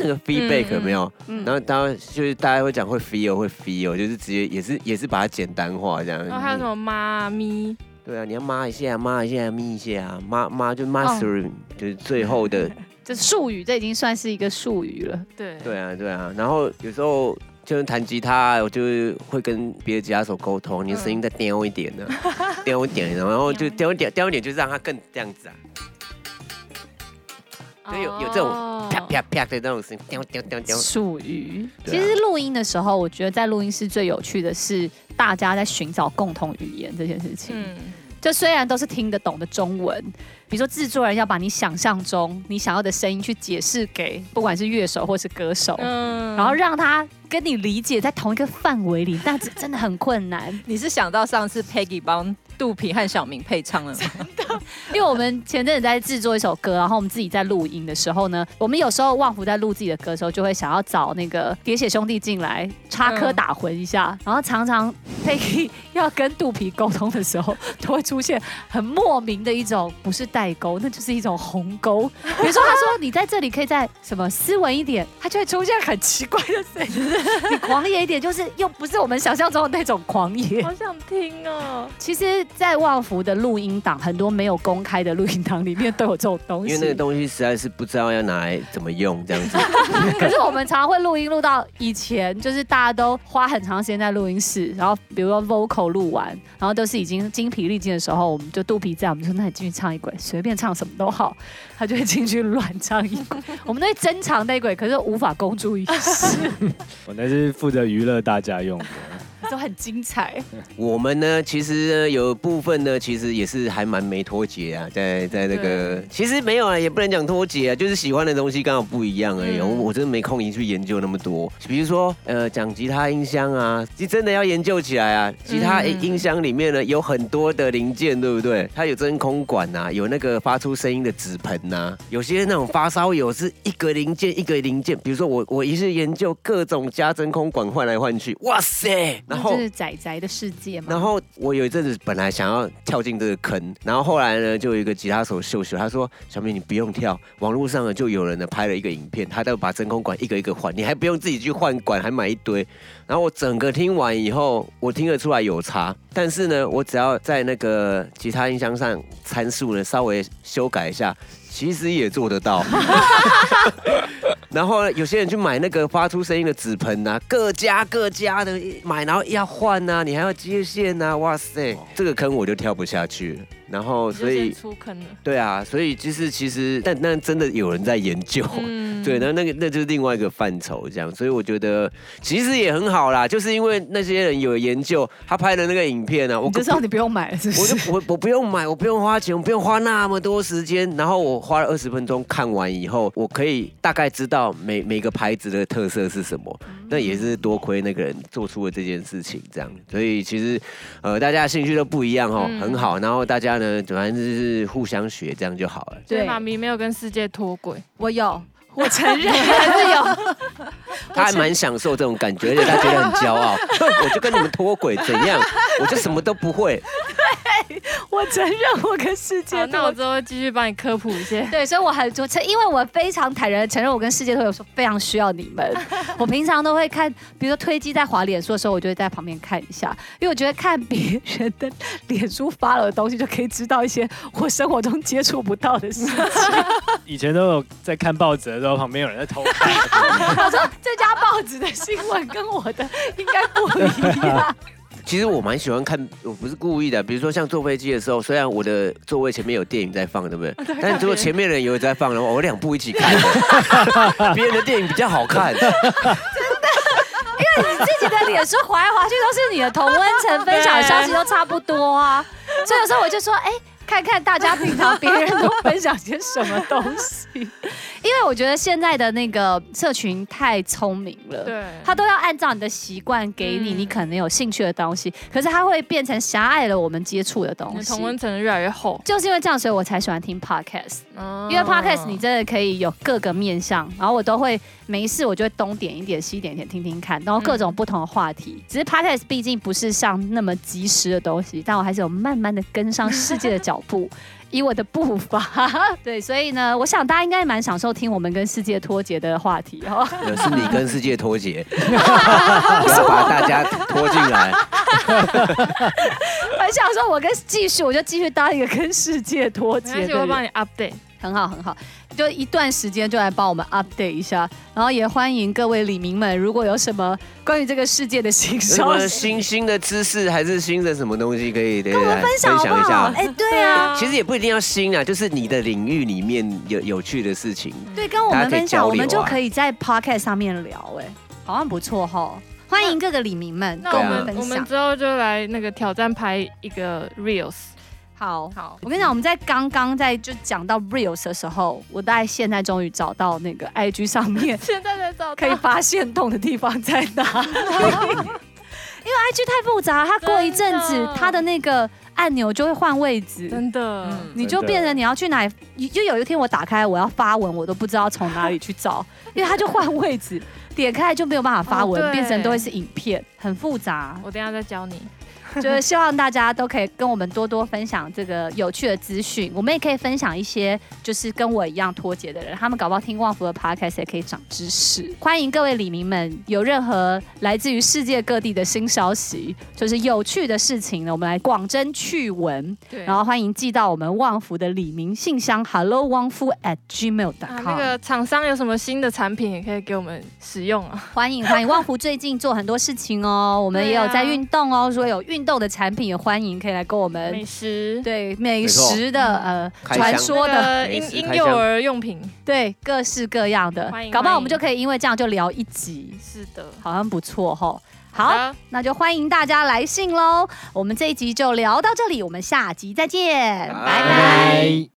Speaker 1: 那个 feedback 有没有？
Speaker 6: 嗯
Speaker 1: 然后当然就是大家会讲会 feel 会 feel，就是直接也是也是把它简单化这样。
Speaker 6: 然后哦还有什么妈咪，
Speaker 1: 对啊，你要抹一下，抹一下，眯一下，抹抹
Speaker 6: 哦
Speaker 1: 就 mastering，、就是最后的。
Speaker 4: 这术语，这已经算是一个术语了。
Speaker 6: 对
Speaker 1: 对啊，对啊。然后有时候就是弹吉他，我就是会跟别的吉他手沟通，你的声音再刁一点呢、 刁一点，然后就刁一点，刁一点，就让它更这样子啊，就有有这种
Speaker 6: 哦
Speaker 1: 啪啪啪的那种声音，刁刁刁刁。
Speaker 4: 术语。
Speaker 1: 对
Speaker 4: 其
Speaker 1: 啊
Speaker 4: 实录音的时候，我觉得在录音室最有趣的是大家在寻找共同语言这件事情。
Speaker 6: 嗯，
Speaker 4: 就虽然都是听得懂的中文，比如说制作人要把你想象中你想要的声音去解释给不管是乐手或是歌手，
Speaker 6: 嗯
Speaker 4: 然后让他跟你理解在同一个范围里，但这真的很困难。
Speaker 7: 你是想到上次 Peggy 帮杜平和小明配唱了吗？
Speaker 4: 因为我们前阵子在制作一首歌，然后我们自己在录音的时候呢，我们有时候旺福在录自己的歌的时候，就会想要找那个喋血兄弟进来插科打诨一下，然后常常 Peggy 要跟肚皮沟通的时候，都会出现很莫名的一种不是代沟，那就是一种鸿沟。比如说他说你在这里可以再什么斯文一点，他就会出现很奇怪的声音；你狂野一点，就是又不是我们想象中的那种狂野。
Speaker 6: 好想听哦，
Speaker 4: 其实，在旺福的录音档，很多没有公开的录音档里面都有这种东
Speaker 1: 因为
Speaker 4: 西。
Speaker 1: 那个东西实在是不知道要拿来怎么用，这样子。
Speaker 4: 可是我们常常会录音录到以前，就是大家都花很长时间在录音室，然后比如说 vocal 录完，然后都是已经精疲力尽的时候，我们就肚皮在，我们就说那你进去唱一轨，随便唱什么都好，他就会进去乱唱一轨，我们都会珍藏那一轨，可是无法公诸于世，
Speaker 3: 我那是负责娱乐大家用的。
Speaker 4: 都很精彩。
Speaker 1: 我们呢，其实呢有部分呢，其实也是还蛮没脱节啊，在在那个，其实没有啊，也不能讲脱节啊，就是喜欢的东西刚好不一样而已。
Speaker 6: 嗯
Speaker 1: 我我真的没空去研究那么多，比如说呃，讲吉他音箱啊，其实真的要研究起来啊。吉他
Speaker 6: 嗯
Speaker 1: 音箱里面呢有很多的零件，对不对？它有真空管呐、啊，有那个发出声音的纸盆呐、啊，有些那种发烧友是一个零件一个零件，比如说我我一是研究各种加真空管换来换去，哇塞， 然后
Speaker 4: 这是仔仔的世界嘛。
Speaker 1: 然后我有一阵子本来想要跳进这个坑，然后后来呢，就有一个吉他手秀秀，他说：“小明你不用跳，网络上呢就有人呢拍了一个影片，他都把真空管一个一个换，你还不用自己去换管，还买一堆。”然后我整个听完以后，我听得出来有差，但是呢，我只要在那个吉他音箱上参数呢稍微修改一下，其实也做得到。然后呢有些人去买那个发出声音的纸盆啊，各家各家的买，然后要换啊，你还要接线啊，哇塞，这个坑我就跳不下去了。然后
Speaker 6: 你就
Speaker 1: 所
Speaker 6: 先
Speaker 1: 以
Speaker 6: 出坑了，
Speaker 1: 对啊，所以就是其实但但真的有人在研究。
Speaker 6: 嗯
Speaker 1: 对，那那个那就是另外一个范畴，这样，所以我觉得其实也很好啦，就是因为那些人有研究，他拍的那个影片啊，我
Speaker 4: 你就知道你不用买了， 是不
Speaker 1: 我
Speaker 4: 是？
Speaker 1: 就我我不用买，我不用花钱，我不用花那么多时间。然后我花了二十分钟看完以后，我可以大概知道每每个牌子的特色是什么。那也是多亏那个人做出了这件事情，这样。所以其实呃，大家兴趣都不一样哦，
Speaker 6: 嗯
Speaker 1: 很好。然后大家呢，反正就是互相学，这样就好了。
Speaker 6: 所以
Speaker 4: 对
Speaker 6: 妈咪没有跟世界脱轨，
Speaker 4: 我有，我 承认还是有。
Speaker 1: 他还蛮享受这种感觉，而且他觉得很骄傲。 我就跟你们脱轨，怎样？我就什么都不会。
Speaker 4: 我承认我跟世界
Speaker 6: 好，那我
Speaker 4: 脱，
Speaker 6: 之后会继续帮你科普一些
Speaker 4: 对，所以我很我承，因为我非常坦然的承认，我跟世界脱有时候非常需要你们。 我平常都会看，比如说推机在滑脸书的时候，我就会在旁边看一下，因为我觉得看别人的脸书发了的东西，就可以知道一些我生活中接触不到的事 情。
Speaker 3: 以前都有在看报纸的时候，旁边有人在偷看。
Speaker 4: 我说这家报纸的新闻跟我的应该不一样。
Speaker 1: 其实我蛮喜欢看，我不是故意的。比如说像坐飞机的时候，虽然我的座位前面有电影在放，对不对？
Speaker 4: 哦
Speaker 1: 但如果前面的人也有在放的 话，我两部一起看，别人的电影比较好 看。
Speaker 4: 你自己的脸书划来划去都是你的同温层分享消息都差不多啊，所以有时候我就说，哎、看看大家平常别人都分享些什么东西，因为我觉得现在的那个社群太聪明了。
Speaker 6: 对，
Speaker 4: 他都要按照你的习惯给你，
Speaker 6: 嗯
Speaker 4: 你可能有兴趣的东西，可是它会变成狭隘了我们接触的
Speaker 6: 你
Speaker 4: 东
Speaker 6: 的
Speaker 4: 西。
Speaker 6: 同温层越来越厚，哦
Speaker 4: 就是因为这样，所以我才喜欢听 podcast，、
Speaker 6: 因
Speaker 4: 因为
Speaker 6: 嗯
Speaker 4: podcast 你真的可以有各个面向，然后我都会没事我就会东点一点西点一点听听看，然后各种不同的话题。只是 podcast 毕竟不是像那么及时的东西，但我还是有慢慢的跟上世界的脚 步。以我的步伐， 对，所以呢，我想大家应该蛮享受听我们跟世界脱节的话题哦。
Speaker 1: 呃是你跟世界脱节，不要把大家拖进 来。
Speaker 4: 很想说，我跟继续，我就继续当一个跟世界脱节的
Speaker 6: 没关
Speaker 4: 人
Speaker 6: 系，。我会帮你 update。
Speaker 4: 很好，很好，就一段时间就来帮我们 update 一下，然后也欢迎各位李民们，如果有什么关于这个世界的新
Speaker 1: 有什
Speaker 4: 消
Speaker 1: 么
Speaker 4: 息，
Speaker 1: 新兴的知识还是新的什么东西可以跟
Speaker 4: 跟我们分享好不
Speaker 1: 一
Speaker 4: 好？
Speaker 1: 下？
Speaker 4: 哎、对啊，
Speaker 1: 其实也不一定要新啊，就是你的领域里面有有趣的事情。
Speaker 4: 对，跟我
Speaker 1: 大家
Speaker 4: 们
Speaker 1: 可以
Speaker 4: 分享，
Speaker 1: 交流啊
Speaker 4: 我们就可以在 podcast 上面聊、哎，好像不错哈。欢迎各个李民们跟
Speaker 6: 那
Speaker 4: 我
Speaker 6: 我
Speaker 4: 们
Speaker 1: 对
Speaker 6: 们
Speaker 4: 分
Speaker 6: 我们
Speaker 4: 享。
Speaker 6: 之后就来那个挑战拍一个 reels。
Speaker 4: 好，
Speaker 6: 好，
Speaker 4: 我跟你讲，我们在刚刚在就讲到 reels 的时候，我大概现在终于找到那个 IG 上面
Speaker 6: 现在在 找
Speaker 4: 可以发现洞的地方在哪？ 因为 IG 太复杂，它过一阵
Speaker 6: 真
Speaker 4: 子
Speaker 6: 的，
Speaker 4: 它的那个按钮就会换位置，
Speaker 6: 真的，
Speaker 7: 嗯
Speaker 4: 你就
Speaker 3: 真的
Speaker 4: 变成你要去哪里。你就有一天我打开我要发文，我都不知道从哪里去找，因为它就换位置，点开就没有办法发文，
Speaker 6: 哦对
Speaker 4: 变成都会是影片，很复杂。
Speaker 6: 我等一下再教你。
Speaker 4: 就是希望大家都可以跟我们多多分享这个有趣的资讯，我们也可以分享一些就是跟我一样脱节的人，他们搞不好听旺福的 podcast 也可以长知识。欢迎各位李民们，有任何来自于世界各地的新消息，就是有趣的事情呢，我们来广征趣闻，
Speaker 6: 对
Speaker 4: 然后欢迎寄到我们旺福的李明信箱 hello 旺福 at gmail.com。
Speaker 6: 啊，那个厂商有什么新的产品也可以给我们使用啊？
Speaker 4: 欢迎欢迎，旺福最近做很多事情哦，我们也有在运动哦，如果有运动的产品也欢迎可以来跟我 们
Speaker 6: 美 食，
Speaker 4: 对美
Speaker 1: 没错
Speaker 4: 食的呃
Speaker 1: 开
Speaker 4: 传
Speaker 1: 箱
Speaker 4: 说的，
Speaker 6: 那个
Speaker 1: 美
Speaker 6: 婴
Speaker 1: 食
Speaker 6: 婴
Speaker 1: 开
Speaker 6: 幼
Speaker 1: 箱
Speaker 6: 儿用品，
Speaker 4: 对各式各样的
Speaker 6: 欢，迎
Speaker 4: 搞不好
Speaker 6: 欢迎
Speaker 4: 我们就可以因为这样就聊一集，
Speaker 6: 是的。
Speaker 4: 好像不错吼。
Speaker 6: 好
Speaker 4: 好，
Speaker 6: 的，
Speaker 4: 那就欢迎大家来信喽。我们这一集就聊到这里，我们下集再见，
Speaker 1: 拜
Speaker 4: 拜拜。
Speaker 3: 拜。